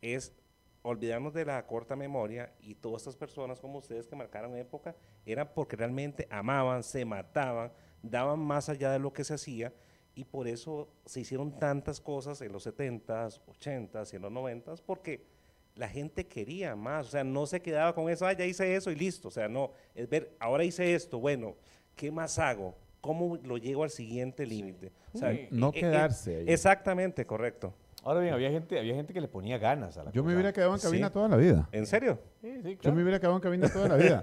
S2: es olvidarnos de la corta memoria y todas estas personas como ustedes que marcaron época eran porque realmente amaban, se mataban, daban más allá de lo que se hacía y por eso se hicieron tantas cosas en los 70s, 80s y en los 90s porque la gente quería más, o sea, no se quedaba con eso, ah, ya hice eso y listo, o sea, no, es ver, ahora hice esto, bueno, ¿qué más hago? ¿Cómo lo llego al siguiente límite? O sea,
S1: Sí.
S3: No
S2: eh, eh,
S3: quedarse ahí.
S2: Exactamente, correcto.
S1: Ahora bien, había gente, había gente que le ponía ganas a la
S3: Yo me
S1: cosa.
S3: hubiera quedado en
S2: Sí.
S3: cabina toda la vida.
S2: ¿En serio?
S1: Sí, sí,
S3: Yo
S1: claro.
S3: me hubiera quedado en cabina toda la vida.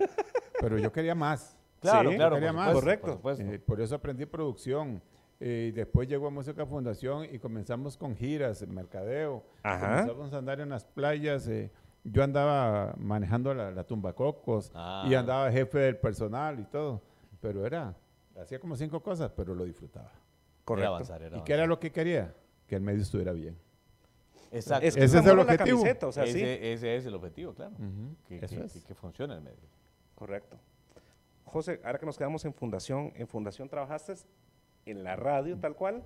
S3: pero yo quería más.
S1: Claro,
S2: Sí,
S1: claro,
S3: quería
S1: por
S3: más.
S1: supuesto,
S2: Correcto.
S1: por supuesto.
S3: Eh, por eso aprendí producción. Eh, y después llegó a Música Fundación y comenzamos con giras, mercadeo.
S2: Ajá.
S3: Comenzamos a andar en las playas. eh, yo andaba manejando la, la tumbacocos
S1: Ah.
S3: y andaba jefe del personal y todo. Pero era, hacía como cinco cosas, pero lo disfrutaba.
S1: Era
S2: Correcto.
S1: avanzar, era
S3: ¿Y qué era lo que quería? Que el medio estuviera bien.
S1: avanzar. Exacto.
S2: Es que
S3: Ese
S2: es el objetivo.
S3: objetivo.
S2: Camiseta, o sea, sí.
S1: ese, ese es el objetivo, claro.
S3: Ujú,
S1: que,
S3: eso
S1: que-
S3: es.
S1: que- que funcione el medio.
S2: Correcto. José, ahora que nos quedamos en Fundación, en Fundación trabajaste en la radio tal cual.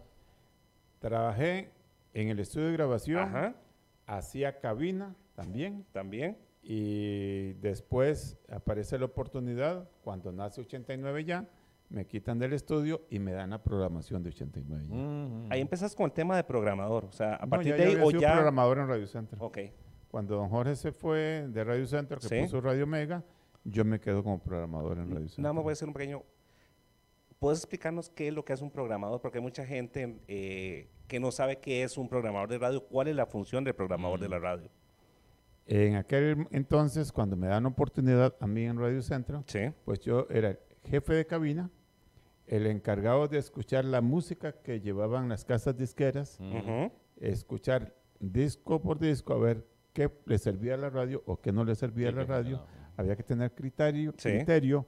S3: Trabajé en el estudio de grabación,
S2: Ajá,
S3: hacía cabina también.
S2: también.
S3: Y después aparece la oportunidad, cuando nace 89 ya, me quitan del estudio y me dan la programación de 89 ya. No,
S1: Mm.
S2: Ahí em- empezas con el tema de programador, o sea, Mm. a
S3: ya
S2: partir
S3: yo
S2: de ahí
S3: había
S2: o
S3: sido
S2: ya...
S3: programador en Radio Centro.
S2: Ok,
S3: Cuando don Jorge se fue de Radio Centro, que
S2: Sí.
S3: puso Radio Mega, yo me quedo como programador en Radio Centro.
S2: nada más voy a hacer un pequeño... ¿Puedes explicarnos qué es lo que es un programador? Porque hay mucha gente eh, que no sabe qué es un programador de radio, cuál es la función del programador
S1: Mm.
S2: de la radio.
S3: En aquel entonces, cuando me dan oportunidad a mí en Radio Centro,
S2: Sí,
S3: pues yo era el jefe de cabina, el encargado de escuchar la música que llevaban las casas disqueras,
S1: Mm.
S2: ujú,
S3: escuchar disco por disco, a ver qué le servía a la radio o qué no le servía a
S1: Sí,
S3: la
S1: qué
S3: radio.
S1: funcionaba.
S3: Había que tener criterio,
S2: Sí.
S3: criterio,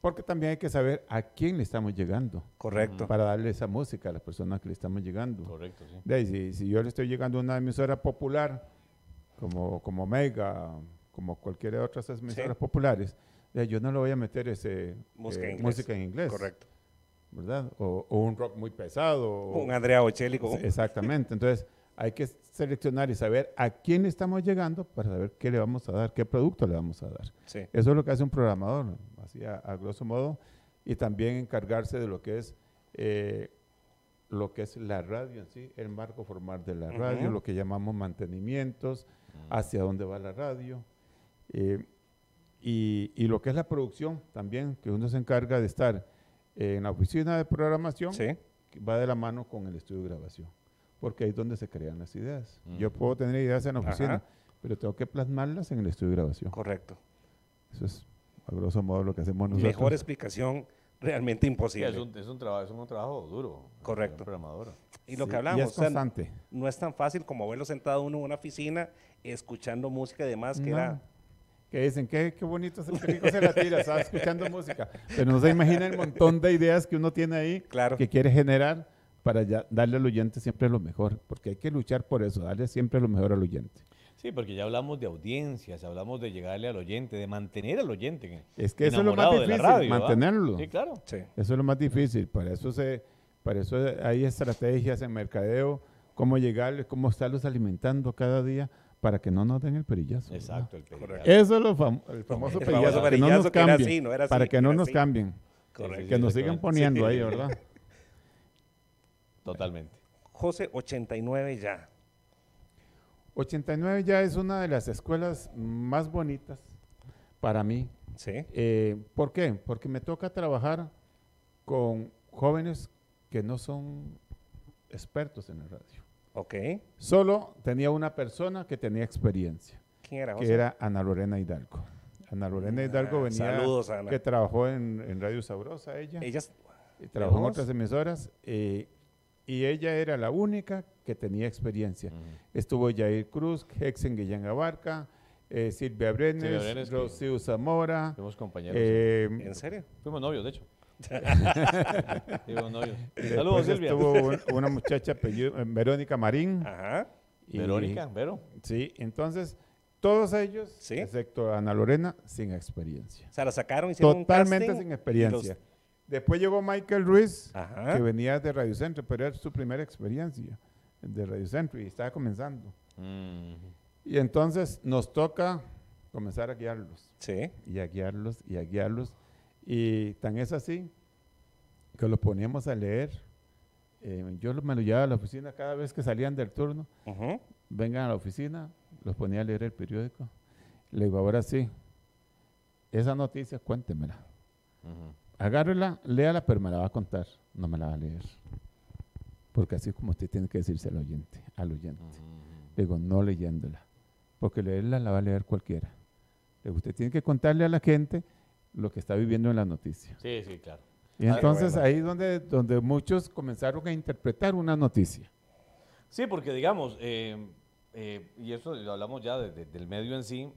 S3: porque también hay que saber a quién le estamos llegando
S2: correcto.
S3: para darle esa música a las personas que le estamos llegando.
S1: Correcto, sí.
S3: De ahí, si, si yo le estoy llegando a una emisora popular, como, como Mega, como cualquiera de otras emisoras populares, de ahí yo no le voy a meter ese,
S2: Música
S3: eh,
S2: en inglés.
S3: música en inglés,
S2: Correcto.
S3: ¿verdad? O, o un rock muy pesado. o-
S2: Un Andrea Bocelli con-
S3: Sí, Exactamente. Entonces, hay que seleccionar y saber a quién estamos llegando para saber qué le vamos a dar, qué producto le vamos a dar.
S2: Sí,
S3: Eso es lo que hace un programador, así a, a grosso modo, y también encargarse de lo que es eh, lo que es la radio en sí, el marco formal de la radio,
S2: Ujú. Mm.
S3: lo que llamamos mantenimientos, hacia dónde va la radio, eh, y, y lo que es la producción también, que uno se encarga de estar en la oficina de programación,
S2: sí,
S3: que va de la mano con el estudio de grabación, porque ahí es donde se crean las ideas. Yo
S1: Ujú.
S3: puedo tener ideas en la
S2: Mm. Ajá.
S3: oficina, pero tengo que plasmarlas en el estudio de grabación.
S2: correcto.
S3: Eso es, a grosso modo, lo que hacemos nosotros.
S2: Mejor explicación realmente
S1: Sí,
S2: imposible.
S1: es un, es un trabajo, es un trabajo duro. el
S2: Correcto.
S1: programador.
S2: Y lo
S3: Sí,
S2: que hablamos,
S3: es
S2: o sea,
S3: constante.
S2: no es tan fácil como verlo sentado uno en una oficina escuchando música y demás, que
S3: No.
S2: era...
S3: Que dicen, qué, qué bonito, se- qué rico se la tira, estaba escuchando música. Pero no se imagina el montón de ideas que uno tiene ahí,
S2: Claro.
S3: que quiere generar para ya darle al oyente siempre lo mejor, porque hay que luchar por eso, darle siempre lo mejor al oyente.
S1: Sí, porque ya hablamos de audiencias, hablamos de llegarle al oyente, de mantener al oyente. en-
S3: Es que eso es lo más
S1: enamorado de la
S3: difícil,
S1: ¿va?
S3: mantenerlo.
S1: Sí, claro.
S2: Sí,
S3: Eso es lo más difícil. Para eso se, para eso hay estrategias en mercadeo, cómo llegarles, cómo estarlos alimentando cada día para que no nos den el perillazo. ¿verdad?
S1: Exacto, el pedido.
S2: Correcto.
S3: Eso es lo fam-
S2: El
S3: el famoso
S2: famoso
S3: perillazo, que no
S2: perillazo
S3: nos
S2: que era
S3: cambien,
S2: así, no era
S3: para
S2: así,
S3: que
S2: era
S3: no nos
S2: así.
S3: cambien,
S1: Sí,
S2: correcto.
S3: que nos
S1: exactamente.
S3: sigan poniendo
S2: Sí.
S3: ahí, ¿verdad?
S1: Totalmente.
S2: José, 89 ya.
S3: 89 ya es una de las escuelas más bonitas para mí.
S2: Sí,
S3: Eh, ¿Por qué? Porque me toca trabajar con jóvenes que no son expertos en la radio.
S2: ok,
S3: Solo tenía una persona que tenía experiencia.
S2: ¿Quién era?
S3: que era Ana Lorena Hidalgo. Ana Lorena Hidalgo
S2: Ah,
S3: venía,
S2: saludos, Ana.
S3: que trabajó en, en Radio Sabrosa, ella,
S2: Ellas.
S3: y trabajó en
S2: vos.
S3: otras emisoras, eh, y ella era la única que tenía experiencia. Estuvo Jair Cruz, Hexen Guillén Abarca, eh, Silvia
S1: Silvia
S3: Brenes,
S1: Brenes, que-
S3: Rocío Zamora,
S1: Fuimos compañeros.
S3: eh,
S2: ¿En serio?
S1: Fuimos novios, de hecho. Fuimos novios.
S3: después
S1: Saludos, Silvia. Ah,
S3: estuvo un- una muchacha apellido- eh, Verónica Marín.
S2: Ajá.
S3: y-
S1: Verónica, Vero.
S3: Sí, entonces todos ellos,
S2: Sí.
S3: excepto Ana Lorena, sin experiencia.
S2: O sea, la sacaron, hicieron
S3: Totalmente
S2: un casting
S3: sin
S2: y los-
S3: experiencia. Después llegó Michael Ruiz,
S2: Ajá.
S3: que venía de Radio Centro, pero era su primera experiencia de Radio Centro y estaba comenzando.
S1: Mm.
S3: Y entonces nos toca comenzar a guiarlos,
S2: Sí.
S3: y a guiarlos, y a guiarlos. Y tan es así que los poníamos a leer. Eh, yo lo- me lo llevaba a la oficina cada vez que salían del turno
S2: Ujú.
S3: vengan a la oficina, los ponía a leer el periódico. Le digo, ahora sí, esa noticia cuéntemela.
S1: Ujú.
S3: Agárrela, léala, pero me la va a contar, no me la va a leer. Porque así como usted tiene que decirse al oyente, al oyente.
S1: Ah.
S3: Le digo, no leyéndola, porque leerla la va a leer cualquiera. Le digo, usted tiene que contarle a la gente lo que está viviendo en la noticia.
S1: Sí, sí, claro.
S3: Y
S1: Ah,
S3: entonces
S2: bueno.
S3: ahí es donde, donde muchos comenzaron a interpretar una noticia.
S1: Sí, porque digamos, eh, eh, y eso lo hablamos ya de- de- del medio en sí,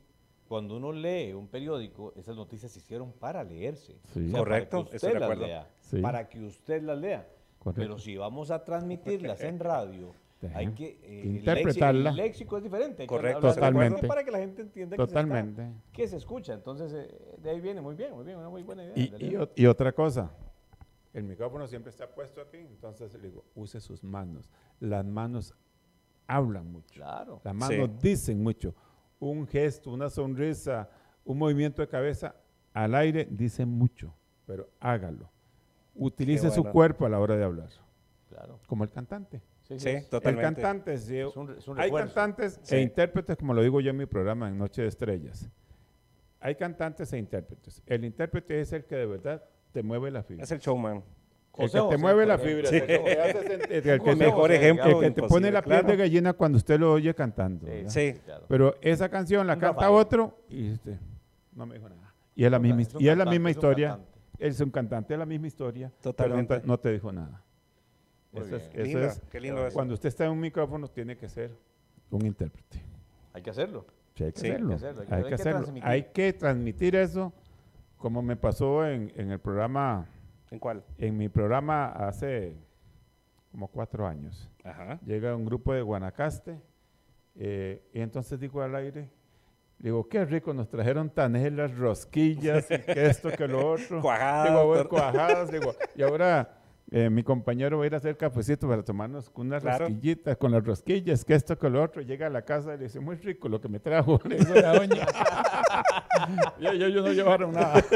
S1: cuando uno lee un periódico, esas noticias se hicieron para leerse.
S3: Sí.
S2: Correcto,
S1: para que
S2: estoy
S1: usted
S2: de
S1: las
S2: acuerdo.
S1: lea.
S3: Sí.
S1: Para que usted las lea.
S3: Correcto.
S1: Pero si vamos a transmitirlas en radio,
S3: Ajá.
S1: hay que eh, el léxico-
S3: Interpretarla.
S1: El léxico es diferente. hay que
S2: Correcto,
S1: hablar de acuerdo
S3: Totalmente.
S1: Para que la gente entienda que se está-
S3: Totalmente.
S1: que se escucha. Entonces, eh, de ahí viene muy bien, muy bien, una muy buena idea.
S3: Y,
S1: en
S3: y
S1: realidad.
S3: ot- y otra cosa, el micrófono siempre está puesto aquí, entonces le digo, use sus manos. Las manos hablan mucho.
S1: claro.
S3: Las manos
S2: Sí.
S3: dicen mucho. Un gesto, una sonrisa, un movimiento de cabeza al aire dice mucho, pero hágalo. Utilice su
S2: bueno.
S3: cuerpo a la hora de hablar,
S1: Claro.
S3: como el cantante.
S1: Sí, sí,
S2: Sí,
S1: es-
S2: totalmente.
S3: El cantante, sí,
S1: es un re- es un
S3: hay
S1: refuerzo.
S3: cantantes
S2: Sí.
S3: e intérpretes, como lo digo yo en mi programa en Noche de Estrellas. Hay cantantes e intérpretes. El intérprete es el que de verdad te mueve la fibra.
S2: Es el showman.
S3: El
S1: José
S3: que te
S1: José,
S3: mueve la
S1: por
S3: fibra.
S1: ejemplo.
S3: el que te hace sentir- el que
S2: El
S1: José
S3: te-
S2: mejor
S1: José,
S2: ejemplo.
S1: digamos,
S3: el que te pone la piel
S2: claro.
S3: de gallina cuando usted lo oye cantando.
S1: Sí,
S3: ¿verdad?
S2: Sí.
S1: claro.
S3: Pero esa canción la
S1: Un
S3: canta
S1: Rafael.
S3: otro y usted no me dijo nada. Y es la
S1: un
S3: misma,
S1: ca-
S3: his-
S1: es un
S3: y es la
S1: cantante,
S3: misma
S1: es un
S3: historia.
S1: cantante.
S3: Él es un cantante, es la misma historia. pero no
S2: Totalmente.
S3: te- no te dijo nada.
S1: Muy
S3: Eso es-
S1: bien.
S3: eso
S2: Lindo,
S3: es
S2: Qué lindo
S1: Pues
S2: eso.
S3: cuando usted está en un micrófono, tiene que ser un intérprete.
S1: Hay que hacerlo.
S3: Sí, hay que
S2: Sí, hay que
S3: hacerlo.
S1: hacerlo, hay que-
S3: Hay
S1: hay
S3: que
S1: que
S3: hacerlo.
S1: transmitir.
S3: Hay que transmitir eso, como me pasó en, en el programa,
S2: ¿En cuál?
S3: en mi programa hace como cuatro años.
S2: Ajá.
S3: Llega un grupo de Guanacaste eh, y entonces digo al aire, digo, qué rico, nos trajeron tanelas, rosquillas, y que esto, que lo otro.
S2: Cuajadas,
S3: Digo, bueno,
S2: tor-
S3: cuajadas, digo, y ahora eh, mi compañero va a ir a hacer cafecito para tomarnos unas
S2: Claro.
S3: rosquillitas, con las rosquillas, que esto, que lo otro. Llega a la casa y le dice, muy rico lo que me trajo, le digo a la doña. yo, yo, yo no llevaron nada.
S1: Sí,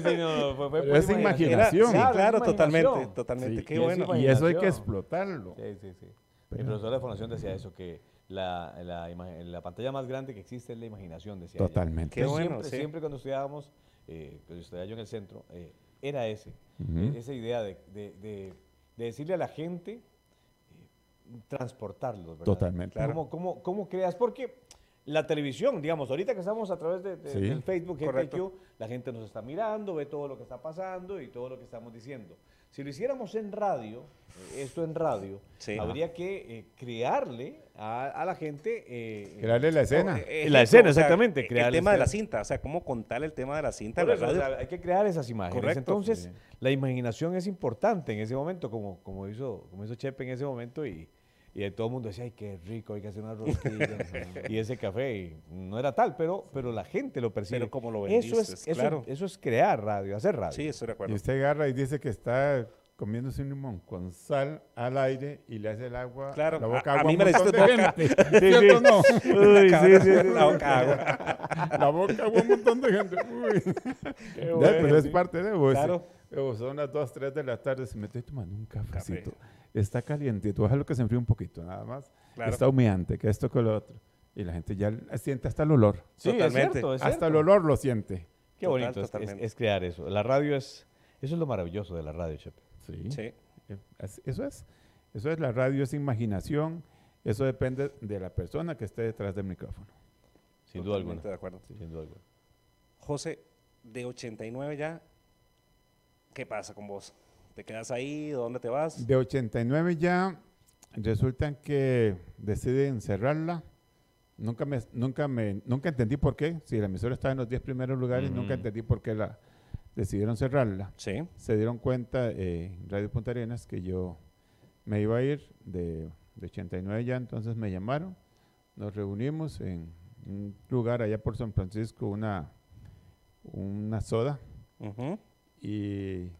S1: sí, no, fue- fue
S3: Pero
S1: pura
S3: es imaginación.
S2: Era- sí,
S1: Claro,
S2: claro,
S1: es
S2: totalmente.
S1: imaginación.
S2: Totalmente.
S3: Sí,
S2: Qué
S1: y es
S2: bueno.
S1: igual-
S3: Y eso hay que
S1: Imaginación.
S3: explotarlo.
S1: Sí, sí, sí. Mi
S3: Pero-
S1: profesor de formación decía eso, que la, la ima- la pantalla más grande que existe es la imaginación, decía ella.
S3: Totalmente.
S2: Qué
S1: Yo
S2: bueno,
S1: siempre,
S2: sí.
S1: siempre cuando estudiábamos, eh, cuando estudiaba yo en el centro, eh, era ese,
S3: Ujú.
S1: eh, esa idea de, de- de- de decirle a la gente, eh, transportarlos, ¿verdad?
S3: Totalmente. Claro.
S1: ¿Cómo, cómo, cómo creas? Porque la televisión, digamos, ahorita que estamos a través de, de-
S3: Sí.
S1: del Facebook, gente
S2: Correcto.
S1: IQ, la gente nos está mirando, ve todo lo que está pasando y todo lo que estamos diciendo. Si lo hiciéramos en radio, eh, esto en radio,
S2: Sí.
S1: habría que eh, crearle a, a la gente... eh,
S3: Crearle la escena.
S2: Eh,
S1: La
S2: ejemplo,
S1: escena,
S2: o sea,
S1: exactamente,
S2: El,
S1: crear la
S2: tema de la
S1: escena.
S2: cinta. O sea, cómo contar el tema de la cinta.
S1: Por
S2: en la
S1: eso, o
S2: radio.
S1: sea, hay que crear esas imágenes.
S2: Correcto.
S1: Entonces,
S3: Sí.
S1: la imaginación es importante en ese momento, como, como, hizo, como hizo Chepe en ese momento, y, y ahí todo el mundo decía, ay, qué rico, hay que hacer una rosquilla y ese café, y no era tal, pero, pero la gente lo percibe.
S2: Pero como lo
S1: eso es,
S2: vendiste,
S1: eso-
S2: claro.
S1: eso, es crear radio, hacer radio.
S2: Sí, estoy de
S3: Y
S2: acuerdo.
S1: Este,
S3: usted agarra y dice que está comiéndose un limón con sal al aire y le hace el agua.
S2: Claro,
S3: la
S2: a-
S3: boca
S2: a
S3: agua
S2: mí me
S3: un
S2: la
S3: montón
S2: hiciste
S3: de
S2: boca.
S3: gente. ¿Cierto o no?
S1: Uy, sí, sí, sí.
S2: La boca agua.
S3: La boca agua un montón de gente. Uy. Ya, pero es parte de
S1: pues,
S3: vos.
S2: Claro.
S3: son las 2, 3 de la tarde. Se me estoy tomando un cafecito. Está calientito. Ojalá que se enfríe un poquito, nada más.
S2: Claro.
S3: Está humeante, que esto, que lo otro. Y la gente ya siente hasta el olor.
S1: Sí, es
S2: Totalmente.
S1: cierto, es
S3: Hasta el
S1: cierto.
S3: olor lo siente.
S1: Qué
S2: Total,
S1: bonito es- es,
S2: totalmente.
S1: es crear eso. La radio es, eso es lo maravilloso de la radio, Chepe.
S2: Sí.
S3: Eh, así- Eso es. Eso es la radio, es imaginación. Eso depende de la persona que esté detrás del micrófono.
S1: Sí, Sin duda alguna.
S2: Totalmente De acuerdo.
S1: Sin duda alguna.
S2: José, de 89 ya, ¿qué pasa con vos? ¿Te quedas ahí? ¿Dónde te vas?
S3: De 89 ya resultan que deciden cerrarla. Nunca me, nunca me, nunca entendí por qué. Si la emisora estaba en los 10 primeros lugares,
S1: Ujú.
S3: nunca entendí por qué la decidieron cerrarla.
S2: Sí.
S3: Se dieron cuenta eh, en Radio Punta Arenas que yo me iba a ir de, de 89 ya, entonces me llamaron. Nos reunimos en un lugar allá por San Francisco, una, una soda,
S2: Ujú.
S3: y,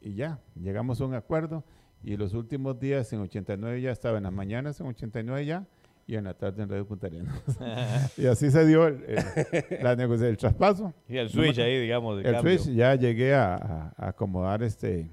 S3: y ya, llegamos a un acuerdo y los últimos días en 89 ya estaba en las mañanas en 89 ya y en la tarde en Radio Punta Arenas. y así se dio el, el- la negocia- el traspaso,
S1: Y el switch ahí, digamos, de
S3: el
S1: cambio.
S3: switch, ya llegué a, a- a acomodar este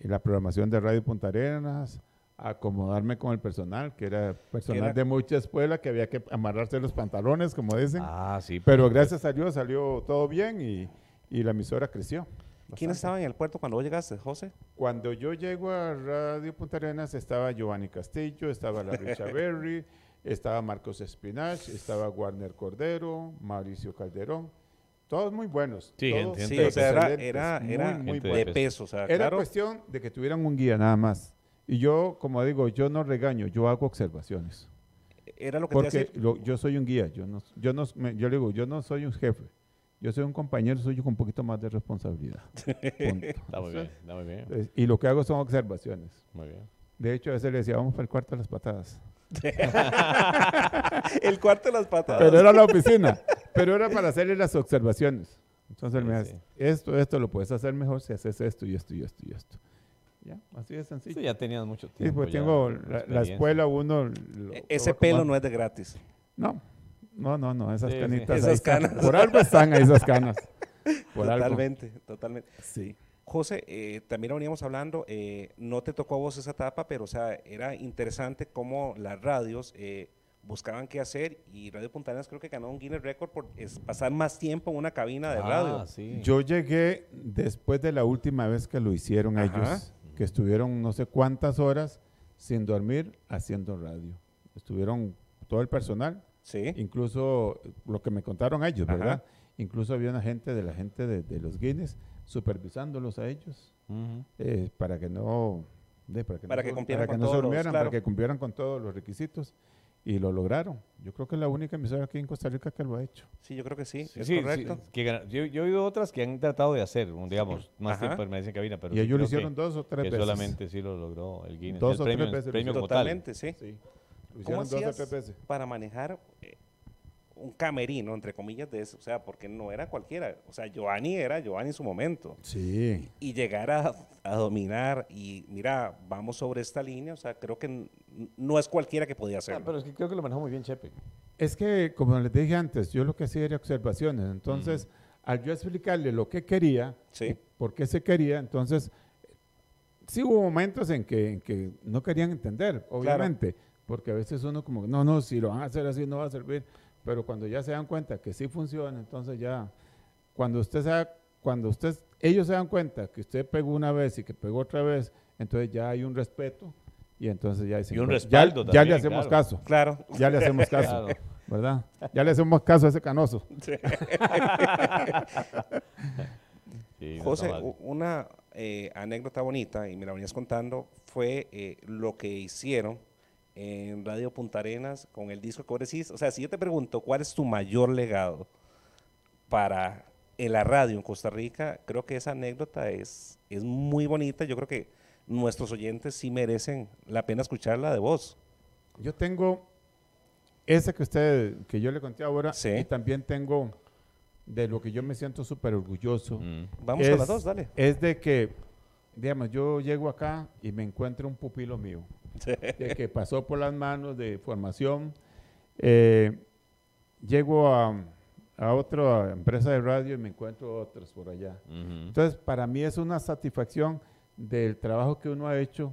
S3: la programación de Radio Punta Arenas, a acomodarme con el personal, que era personal
S2: Era-
S3: de muchas pueblas que había que amarrarse los pantalones, como dicen.
S1: Ah, sí. por
S3: Pero
S1: supuesto.
S3: gracias a Dios salió todo bien y, y la emisora creció.
S2: ¿Quién
S3: bastante.
S2: estaba en el puerto cuando vos llegaste, José?
S3: Cuando yo llego a Radio Punta Arenas estaba Giovanni Castillo, estaba la Richa Berry, estaba Marcos Espinach, estaba Warner Cordero, Mauricio Calderón, todos muy buenos.
S1: Sí,
S3: todos
S1: gente
S2: Sí, o sea, era,
S3: excelentes,
S2: era,
S3: muy,
S2: era
S3: muy
S1: Gente
S2: de
S3: buenos.
S1: buena.
S2: peso. O sea,
S3: Era
S2: claro,
S3: cuestión de que tuvieran un guía nada más. Y yo, como digo, yo no regaño, yo hago observaciones.
S2: era lo que te iba a
S3: Porque
S2: decir.
S3: lo- yo soy un guía, yo no, yo no, me- yo le digo, yo no soy un jefe, yo soy un compañero suyo con un poquito más de responsabilidad. Punto.
S1: Está muy bien, está muy bien.
S3: Entonces, Y lo que hago son observaciones.
S1: Muy bien.
S3: De hecho, a veces le decía, vamos para el cuarto de las patadas.
S2: El cuarto de las
S1: Ah.
S2: patadas.
S3: Pero era la oficina. pero era para hacerle las observaciones. Entonces él me
S1: Sí,
S3: hace,
S1: Pues sí.
S3: esto, esto lo puedes hacer mejor si haces esto y esto y esto y esto. Ya, así de
S1: Sí,
S3: sencillo.
S1: ya tenías mucho
S3: Sí,
S1: tiempo.
S3: pues
S1: ya,
S3: tengo la, la
S1: experiencia.
S3: escuela, uno... lo-
S2: E-
S3: lo
S2: Ese
S3: va
S2: pelo
S3: tomando.
S2: no es de gratis.
S3: No, no, no, no, esas
S1: Sí, sí.
S3: canitas.
S2: Esas
S3: ahí están.
S2: canas.
S3: Por algo están ahí esas canas. Por algo.
S2: totalmente, totalmente.
S3: Sí.
S2: José, eh, también lo veníamos hablando, eh, no te tocó a vos esa etapa, pero o sea, era interesante cómo las radios eh, buscaban qué hacer y Radio Puntarenas creo que ganó un Guinness Record por es- pasar más tiempo en una cabina de
S1: Ah,
S2: radio.
S1: sí.
S3: Yo llegué después de la última vez que lo hicieron
S2: Ajá.
S3: ellos, que estuvieron no sé cuántas horas sin dormir haciendo radio. Estuvieron todo el personal,
S2: Sí,
S3: incluso lo que me contaron ellos,
S2: Ajá.
S3: ¿verdad? Incluso había una gente de la gente de, de los Guinness supervisándolos a ellos
S1: Ujú.
S3: eh, para que no de- para que
S2: Para
S3: no,
S2: que
S3: se-
S2: cumplieran
S3: para que
S2: con
S3: no se
S2: todos los-
S3: durmieran,
S2: claro.
S3: para que cumplieran con todos los requisitos y lo lograron. Yo creo que es la única emisora aquí en Costa Rica que lo ha hecho.
S2: sí, yo creo que sí,
S1: Sí,
S2: es
S1: sí, sí,
S2: correcto.
S1: que gana- yo, yo he oído otras que han tratado de hacer, un- digamos, más
S2: Ajá.
S1: tiempo de permanencia en cabina, pero
S3: y
S1: sí
S3: ellos lo
S1: creo que-
S3: hicieron dos o tres
S1: que
S3: veces.
S1: solamente sí lo logró el Guinness.
S3: Dos
S1: el
S3: o tres
S1: premio,
S3: veces lo
S1: premio
S3: hicieron.
S1: como tal.
S2: Totalmente, sí.
S3: Sí. Lo
S2: ¿Cómo
S3: hicieron dos o
S2: hacías
S3: tres veces.
S2: para manejar eh, un camerino, entre comillas, de eso? O sea, porque no era cualquiera. O sea, Giovanni era Giovanni en su momento.
S3: Sí.
S2: Y llegar a, a dominar y, mira, vamos sobre esta línea, o sea, creo que n- no es cualquiera que podía
S1: Ah,
S2: hacerlo.
S1: pero es que creo que lo manejó muy bien Chepe.
S3: Es que, como les dije antes, yo lo que hacía era observaciones. Entonces, al yo explicarle lo que quería,
S2: Sí.
S3: por qué se quería, entonces, sí hubo momentos en que, en que no querían entender, obviamente, porque a veces uno como, que, no, no, si lo van a hacer así no va a servir, pero cuando ya se dan cuenta que sí funciona, entonces ya, cuando usted se da- cuando usted, ellos se dan cuenta que usted pegó una vez y que pegó otra vez, entonces ya hay un respeto y entonces ya dicen,
S1: Y un
S3: "Pues,
S1: respaldo
S3: ya, ya
S1: también,
S3: le hacemos
S1: claro.
S3: caso,
S2: Claro.
S3: ya le hacemos caso,
S1: Claro.
S3: ¿verdad? Ya le hacemos caso a ese canoso.
S1: Sí, no
S2: José,
S1: está mal.
S3: uh,
S2: u- una eh, anécdota bonita, y me la venías contando, fue eh, lo que hicieron en Radio Punta Arenas con el disco que vos decís. O sea, si yo te pregunto cuál es tu mayor legado para en la radio en Costa Rica, creo que esa anécdota es, es muy bonita. Yo creo que nuestros oyentes sí merecen la pena escucharla de vos.
S3: Yo tengo esa que usted, que yo le conté ahora,
S2: Sí.
S3: y también tengo de lo que yo me siento súper orgulloso.
S1: Mm.
S2: Vamos a
S3: Es-
S2: las dos, dale.
S3: Es de que, digamos, yo llego acá y me encuentro un pupilo mío, de que pasó por las manos de formación. Eh, llego a, a otra empresa de radio y me encuentro otros por allá.
S1: Ujú.
S3: Entonces, para mí es una satisfacción del trabajo que uno ha hecho,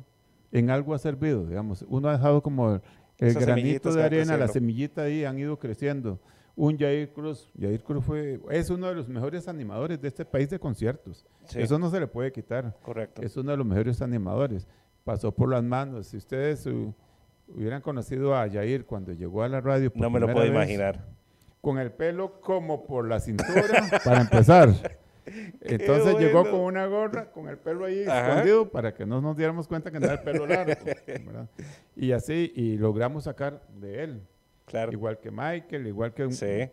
S3: en algo ha servido, digamos. Uno ha dejado como el, el
S2: Esas
S3: granito
S2: semillitas que
S3: de
S2: van
S3: arena, la
S2: creciendo.
S3: semillita ahí, han ido creciendo. Un Jair Cruz, Jair Cruz fue, es uno de los mejores animadores de este país de conciertos.
S2: Sí,
S3: Eso no se le puede quitar.
S2: correcto.
S3: Es uno de los mejores animadores. Pasó por las manos. Si ustedes, su- hubieran conocido a Yair cuando llegó a la radio. por
S2: No me lo
S3: primera
S2: puedo
S3: vez,
S2: imaginar.
S3: Con el pelo como por la cintura, para empezar. Entonces llegó
S2: bueno.
S3: con una gorra, con el pelo ahí
S2: Ajá.
S3: escondido, para que no nos diéramos cuenta que andaba el pelo largo. ¿verdad? Y así, y logramos sacar de él.
S2: Claro.
S3: Igual que Michael, igual que un-
S2: Sí.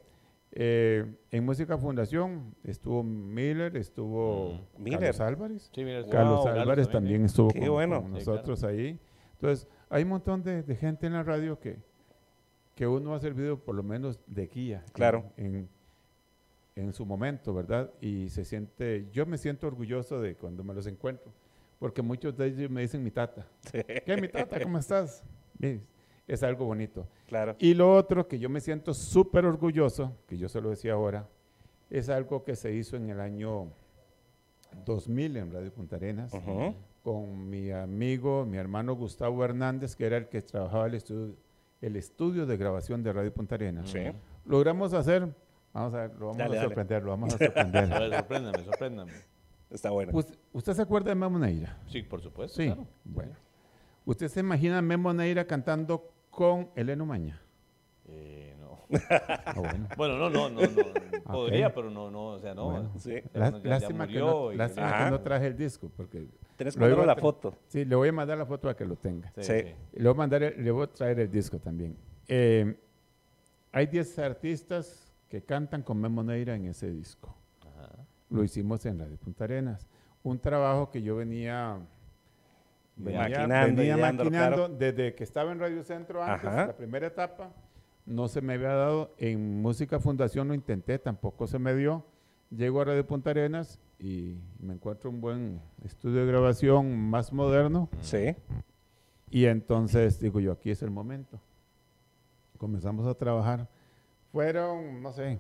S3: eh, en Música Fundación estuvo Miller, estuvo
S2: Mm, Miller.
S3: Carlos Álvarez.
S1: Sí, mira,
S3: Carlos
S1: wow,
S3: Álvarez también estuvo
S2: Qué
S3: con,
S2: bueno.
S3: con
S1: Sí, claro.
S3: nosotros ahí. Entonces, hay un montón de, de gente en la radio que, que uno ha servido por lo menos de guía. en-
S2: Claro.
S3: En, en su momento, ¿verdad? Y se siente, yo me siento orgulloso de cuando me los encuentro, porque muchos de ellos me dicen mi tata. ¿Qué, mi tata? ¿Cómo estás? Es- Es algo bonito.
S2: Claro.
S3: Y lo otro que yo me siento súper orgulloso, que yo se lo decía ahora, es algo que se hizo en el año 2000 en Radio Punta Arenas
S2: Ujú.
S3: con mi amigo, mi hermano Gustavo Hernández, que era el que trabajaba el estudio, el estudio de grabación de Radio Punta Arenas.
S2: Sí.
S3: Logramos hacer, vamos a ver, lo vamos
S2: Dale,
S3: a
S2: dale.
S3: sorprender, lo vamos a sorprender.
S1: A ver, sorpréndame, sorpréndame.
S2: Está bueno.
S3: Us- ¿Usted se acuerda de Memo Neira?
S1: Sí, por supuesto.
S3: Sí,
S1: claro.
S3: bueno. ¿Usted se imagina a Memo Neira cantando con Eleno Maña?
S1: Eh, no.
S3: Ah, bueno.
S1: Bueno, no, no, no, no. Podría,
S3: Ok.
S1: pero no, no, o sea, no.
S3: Bueno.
S2: Sí.
S3: Lá-
S1: Ya- ya
S3: lástima que no,
S1: murió y-
S3: lástima que
S2: Ajá.
S3: no traje el disco, porque
S2: Tenés que
S3: Lo iba
S2: mandarme
S3: a
S2: la
S3: tra-
S2: foto.
S3: sí, le voy a mandar la foto a que lo tenga.
S1: eh. Sí,
S2: Sí.
S1: sí.
S3: Y Le voy a, mandar el- le voy a traer el disco también. Eh, hay 10 artistas que cantan con Memo Neira en ese disco.
S1: Ajá.
S3: Lo hicimos en Radio Punta Arenas. Un trabajo que yo venía, venía
S2: Maquinando y
S3: venía
S2: llevándolo,
S3: maquinando
S2: claro.
S3: desde que estaba en Radio Centro antes,
S2: Ajá.
S3: la primera etapa. No se me había dado. En Música Fundación lo intenté, tampoco se me dio. Llego a Radio Punta Arenas y me encuentro un buen estudio de grabación más moderno.
S2: Sí.
S3: Y entonces digo yo, aquí es el momento. Comenzamos a trabajar. Fueron, no sé,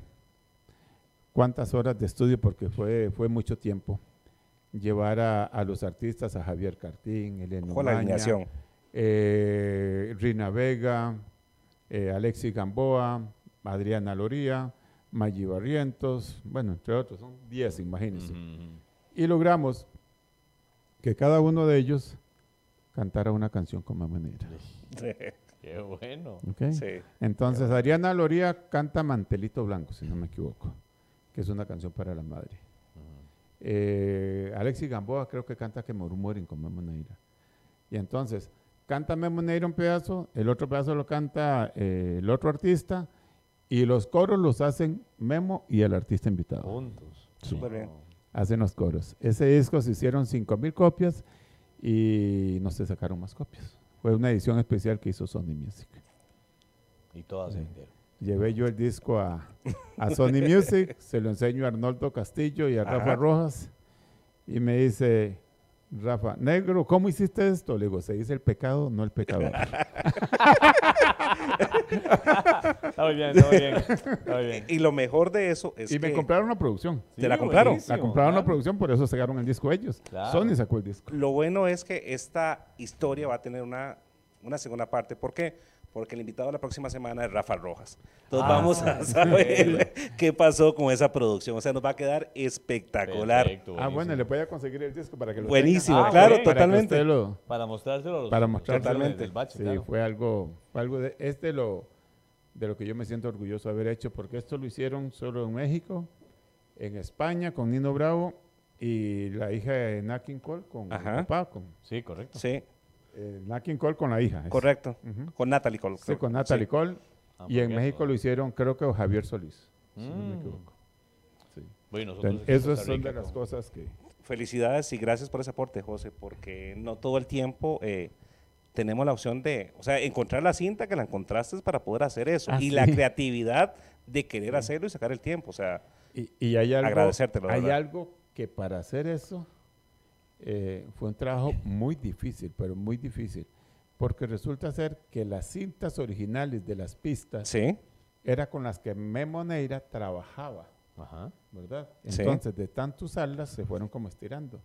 S3: cuántas horas de estudio, porque fue, fue mucho tiempo. Llevar a, a los artistas, a Javier Cartín, Elena
S2: Con la alineación.
S3: eh, Rina Vega, eh, Alexis Gamboa, Adriana Loría, Maggi Barrientos, bueno, entre otros, son 10,
S1: Mm.
S3: imagínense.
S1: Ujú.
S3: Y logramos que cada uno de ellos cantara una canción con Memo Neira.
S2: Sí.
S1: Qué bueno.
S3: ¿ok?
S2: Sí.
S3: Entonces, Adriana Loría canta Mantelito Blanco, si no me equivoco, que es una canción para la madre.
S2: Mm.
S3: Eh, Alexis Gamboa creo que canta que murmuren con Memo Neira. Y entonces, canta Memo Neira un pedazo, el otro pedazo lo canta eh, el otro artista, y los coros los hacen Memo y el artista invitado.
S1: Mm. Juntos.
S2: Súper bien.
S1: Wow.
S3: Hacen los coros. Ese disco se hicieron 5.000 copias y no se sacaron más copias. Fue una edición especial que hizo Sony Music.
S1: Y todas se vendieron.
S3: Llevé yo el disco a, a Sony Music, se lo enseño a Arnoldo Castillo y a Rafa
S2: Ajá.
S3: Rojas. Y me dice, Rafa, negro, ¿cómo hiciste esto? Le digo, se dice el pecado, no el pecador.
S1: Está muy bien, está muy bien. Está muy bien.
S2: Y lo mejor de eso es
S3: y
S2: que
S3: me compraron la producción.
S2: ¿Te la compraron?
S1: buenísimo,
S3: La compraron la
S1: claro.
S3: producción, por eso sacaron el disco ellos.
S1: Claro.
S3: Sony sacó el disco. Ah,
S2: lo bueno es que esta historia va a tener una, una segunda parte. ¿Por qué? Porque el invitado de la próxima semana es Rafa Rojas. Entonces
S1: Ah,
S2: vamos a saber qué pasó con esa producción. O sea, nos va a quedar espectacular.
S1: Perfecto,
S3: Ah, bueno,
S1: buenísimo.
S3: le voy a conseguir el disco para que lo tenga.
S2: Buenísimo,
S1: Ah,
S2: claro,
S1: ok.
S3: Para que
S2: totalmente.
S3: usted lo-
S1: Para mostrárselo a los
S3: Para
S1: a los
S3: mostrárselo
S1: chicos
S2: Totalmente.
S1: del bache,
S3: Sí,
S1: claro.
S3: fue algo, fue algo de, es de lo, de lo que yo me siento orgulloso de haber hecho, porque esto lo hicieron solo en México, en España, con Nino Bravo y la hija de Nakin Cole con el
S2: Ajá.
S3: papá, con
S1: Sí, correcto.
S2: Sí,
S3: eh, Nat King Cole con la hija. es.
S2: correcto.
S3: Ujú.
S2: Con Natalie Cole.
S3: Sí, con Natalie Cole.
S1: Ah,
S3: y en
S1: perfecto.
S3: México lo hicieron, creo que Javier Solís, si no me
S1: Mm.
S3: equivoco. Sí.
S1: Bueno, nosotros
S3: Entonces,
S1: aquí en
S3: esas
S1: Costa
S3: son de
S1: Rica
S3: las
S1: con-
S3: cosas que...
S2: Felicidades y gracias por ese aporte, José, porque no todo el tiempo eh, tenemos la opción de, o sea, encontrar la cinta que la encontraste para poder hacer eso
S3: Ah,
S2: y
S3: sí.
S2: la creatividad de querer hacerlo y sacar el tiempo, o sea,
S3: Y, y hay algo,
S2: Agradecértelo, de
S3: hay
S2: verdad.
S3: algo que para hacer eso eh, fue un trabajo muy difícil, pero muy difícil, porque resulta ser que las cintas originales de las pistas
S2: sí,
S3: era con las que Memo Neira trabajaba,
S1: Ajá.
S3: ¿verdad?
S2: Sí.
S3: Entonces de tanto usarlas se fueron como estirando.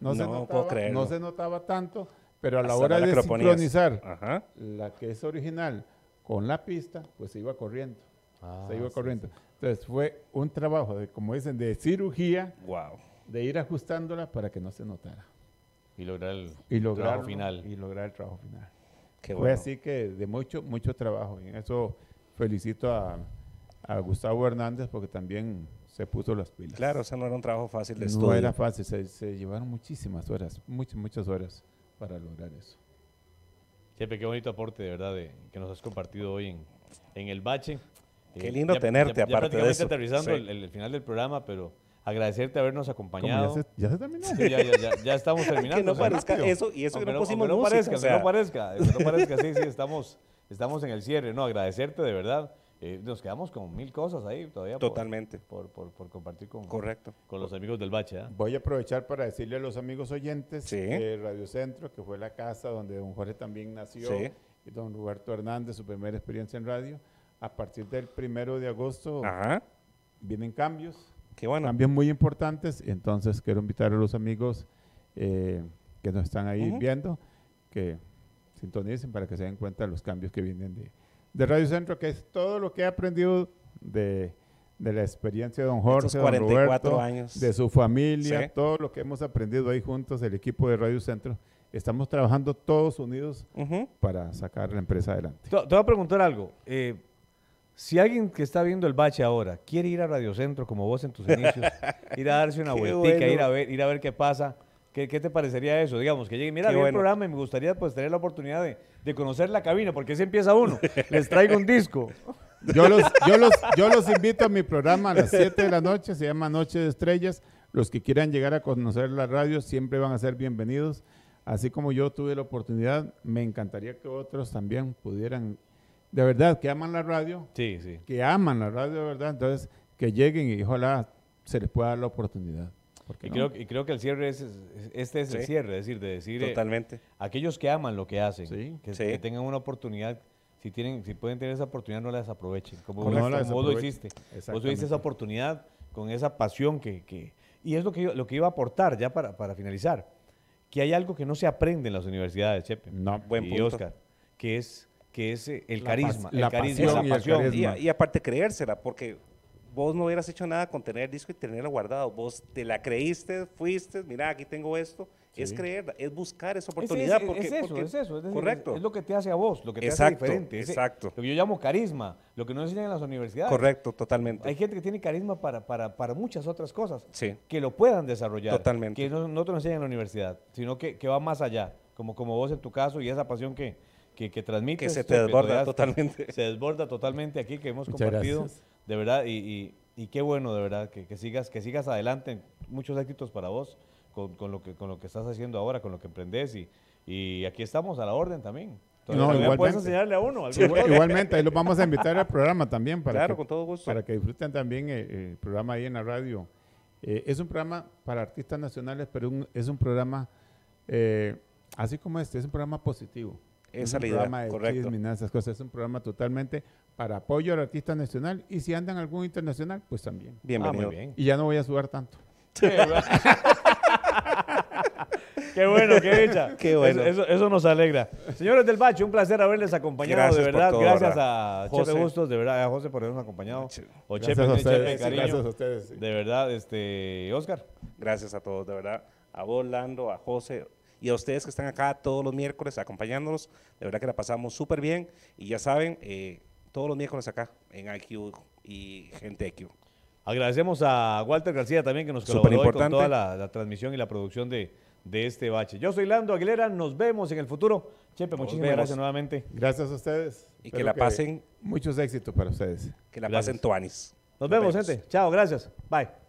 S3: No, se,
S2: No puedo
S3: notaba,
S2: creerlo.
S3: no se notaba tanto, pero a la
S2: Hasta
S3: hora
S2: la
S3: de
S2: que lo ponías.
S3: sincronizar
S2: ajá,
S3: la que es original con la pista, pues se iba corriendo
S1: Ah,
S3: se iba
S1: sí,
S3: corriendo. Entonces fue un trabajo, de, como dicen, de cirugía,
S2: wow,
S3: de ir ajustándola para que no se notara.
S1: sí. Y lograr el
S3: Y lograr
S1: trabajo final.
S3: Y lograr el trabajo final.
S2: Qué
S3: Fue
S2: bueno.
S3: así que de mucho, mucho trabajo. Y en eso felicito a, a Gustavo Hernández porque también se puso las pilas.
S2: Claro, o sea, no era un trabajo fácil de estudio.
S3: No era fácil, se, se llevaron muchísimas horas, muchas, muchas horas para lograr eso.
S1: Chepe, qué bonito aporte de verdad de- que nos has compartido hoy en, en el bache. Eh,
S2: Qué lindo tenerte,
S1: ya
S2: aparte de
S1: prácticamente
S2: eso.
S1: aterrizando
S2: Sí.
S1: el, el final del programa, pero agradecerte habernos
S3: Como ya
S1: acompañado.
S3: se, ya se terminó.
S1: Sí, ya, ya- ya- ya estamos terminando.
S2: que no
S1: o sea,
S2: parezca
S3: rápido.
S2: eso, y eso que
S1: aunque
S2: no pusimos
S1: aunque no
S2: música,
S1: parezca,
S2: o
S1: aunque
S2: sea,
S1: no parezca, aunque no parezca, sí, sí, estamos, estamos en el cierre, no, agradecerte de verdad. Eh, nos quedamos con mil cosas ahí todavía. por-
S2: Totalmente.
S1: Por, por- por compartir con,
S2: Correcto.
S1: con los amigos del bache. ¿ah?
S3: Voy a aprovechar para decirle a los amigos oyentes
S2: Sí.
S3: que Radio Centro, que fue la casa donde don Jorge también nació,
S2: Sí.
S3: y don Roberto Hernández, su primera experiencia en radio, a partir del primero de agosto
S2: Ajá.
S3: vienen cambios.
S2: Qué bueno.
S3: cambios muy importantes. Entonces quiero invitar a los amigos eh, que nos están ahí
S2: Ujú.
S3: viendo que sintonicen para que se den cuenta de los cambios que vienen de, de Radio Centro, que es todo lo que he aprendido de, de la experiencia de don Jorge, don
S2: 44
S3: Roberto,
S2: años.
S3: de su familia,
S2: Sí.
S3: todo lo que hemos aprendido ahí juntos, el equipo de Radio Centro. Estamos trabajando todos unidos
S2: Ujú.
S3: para sacar la empresa adelante.
S1: Te, te voy a preguntar algo. eh, si alguien que está viendo el bache ahora quiere ir a Radio Centro como vos en tus inicios, ir a darse una
S2: Qué
S1: vueltica,
S2: bueno.
S1: ir a ver, ir a ver qué pasa, ¿qué, qué te parecería eso? Digamos, que llegue, mira,
S2: Qué
S1: vi el
S2: bueno.
S1: programa y me gustaría pues tener la oportunidad de, de conocer la cabina, porque se empieza uno. Les traigo un disco.
S3: Yo los, yo, los, yo los invito a mi programa a las 7 de la noche, se llama Noche de Estrellas. Los que quieran llegar a conocer la radio siempre van a ser bienvenidos. Así como yo tuve la oportunidad, me encantaría que otros también pudieran, de verdad, que aman la radio,
S1: Sí, sí.
S3: que aman la radio de verdad, entonces que lleguen y ojalá se les pueda dar la oportunidad. ¿Por qué
S1: Y
S3: no?
S1: creo, y creo que el cierre es, es- este es el
S2: Sí.
S1: cierre, es decir, de decir, eh,
S2: Totalmente.
S1: aquellos que aman lo que hacen,
S3: Sí.
S1: que,
S2: Sí.
S1: que tengan una oportunidad, si tienen, si pueden tener esa oportunidad, no la desaprovechen. Como,
S3: Correcto.
S1: vos,
S3: No la
S1: como vos lo
S3: desaprovechen.
S1: hiciste. Vos
S3: Exactamente.
S1: tuviste esa oportunidad con esa pasión que. que- y es lo que, yo- lo que iba a aportar ya para, para finalizar. Que hay algo que no se aprende en las universidades, Chepe.
S3: No,
S2: Mm, Buen
S1: y
S2: punto.
S1: Oscar, que es, que es eh, el
S3: La pas-
S1: carisma, el
S3: la
S1: carisma,
S3: pasión y
S1: la
S3: el
S1: pasión.
S3: carisma.
S2: Y, a- y aparte creérsela, porque vos no hubieras hecho nada con tener el disco y tenerlo guardado. Vos te la creíste, fuiste, mira, aquí tengo esto. Es
S3: Sí.
S2: creerla, es buscar esa
S1: Es-
S2: oportunidad.
S1: es,
S2: porque,
S1: es eso,
S2: porque-
S1: es eso. Es decir,
S2: correcto.
S1: Es, es lo que te hace a vos, lo que te
S2: Exacto,
S1: hace diferente. ese-
S2: exacto.
S1: Lo que yo llamo carisma, lo que no enseñan en las universidades.
S2: correcto, totalmente.
S1: Hay gente que tiene carisma para, para, para muchas otras cosas.
S2: Sí.
S1: Que lo puedan desarrollar.
S2: Totalmente.
S1: Que no, no te lo enseñan en la universidad, sino que, que va más allá. Como, como vos en tu caso y esa pasión que, que, que transmites.
S2: Que se te desborda
S1: das-
S2: totalmente.
S1: Se desborda totalmente aquí que hemos
S3: Muchas
S1: compartido.
S3: gracias.
S1: De verdad, y, y- y qué bueno, de verdad, que, que sigas, que sigas adelante. Muchos éxitos para vos con, con lo, que, con lo que estás haciendo ahora, con lo que emprendés. Y, y aquí estamos a la orden también. Todavía-
S3: No,
S1: todavía puedes
S3: igualmente.
S1: enseñarle a uno. alguna
S3: Igual-
S1: cosa.
S2: Ah,
S3: Igualmente, ahí los vamos a invitar al programa también para
S2: Claro,
S3: que
S2: con todo gusto.
S3: para que disfruten también eh, el, programa ahí en la radio. Eh, es un programa para artistas nacionales, pero un- es un programa, eh, así como este, es un programa positivo. No
S2: Esa
S3: es
S2: es la
S3: un
S2: idea,
S3: programa de
S2: correcto.
S3: chismes, nada de esas cosas. Es un programa totalmente para apoyo al artista nacional y si andan algún internacional, pues también.
S2: Bienvenido.
S1: Ah, muy bien.
S3: Y ya no voy a sudar tanto.
S1: Qué bueno, qué dicha.
S2: Qué bueno.
S1: Eso, eso- eso nos alegra. Señores del Bacho, un placer haberles acompañado, de
S2: Gracias por
S1: verdad.
S2: todo,
S1: gracias
S2: ¿verdad?
S1: a
S2: José.
S1: Chepe Bustos, de verdad, a José por habernos acompañado.
S2: Che-
S1: O
S3: Gracias
S1: Chepe,
S3: a
S1: Chepe,
S3: ustedes,
S1: cariño.
S3: gracias a ustedes. sí.
S1: De verdad, este, Oscar.
S2: Gracias a todos, de verdad. A vos, Lando, a José y a ustedes que están acá todos los miércoles acompañándonos. De verdad que la pasamos súper bien. Y ya saben, eh, todos los miércoles acá en IQ y Gente IQ.
S1: Agradecemos a Walter García también que nos
S2: Súper
S1: colaboró hoy con
S2: importante.
S1: toda la, la transmisión y la producción de, de este bache. Yo soy Lando Aguilera, nos vemos en el futuro. Chepe,
S2: Nos
S1: muchísimas
S2: vemos.
S1: gracias nuevamente.
S3: Gracias a ustedes.
S2: Y que
S3: Espero
S2: la pasen.
S3: Muchos éxitos para ustedes.
S2: Que la
S1: Gracias.
S2: pasen tuanis.
S1: Nos, vemos,
S2: vemos.
S1: gente. Chao, gracias. Bye.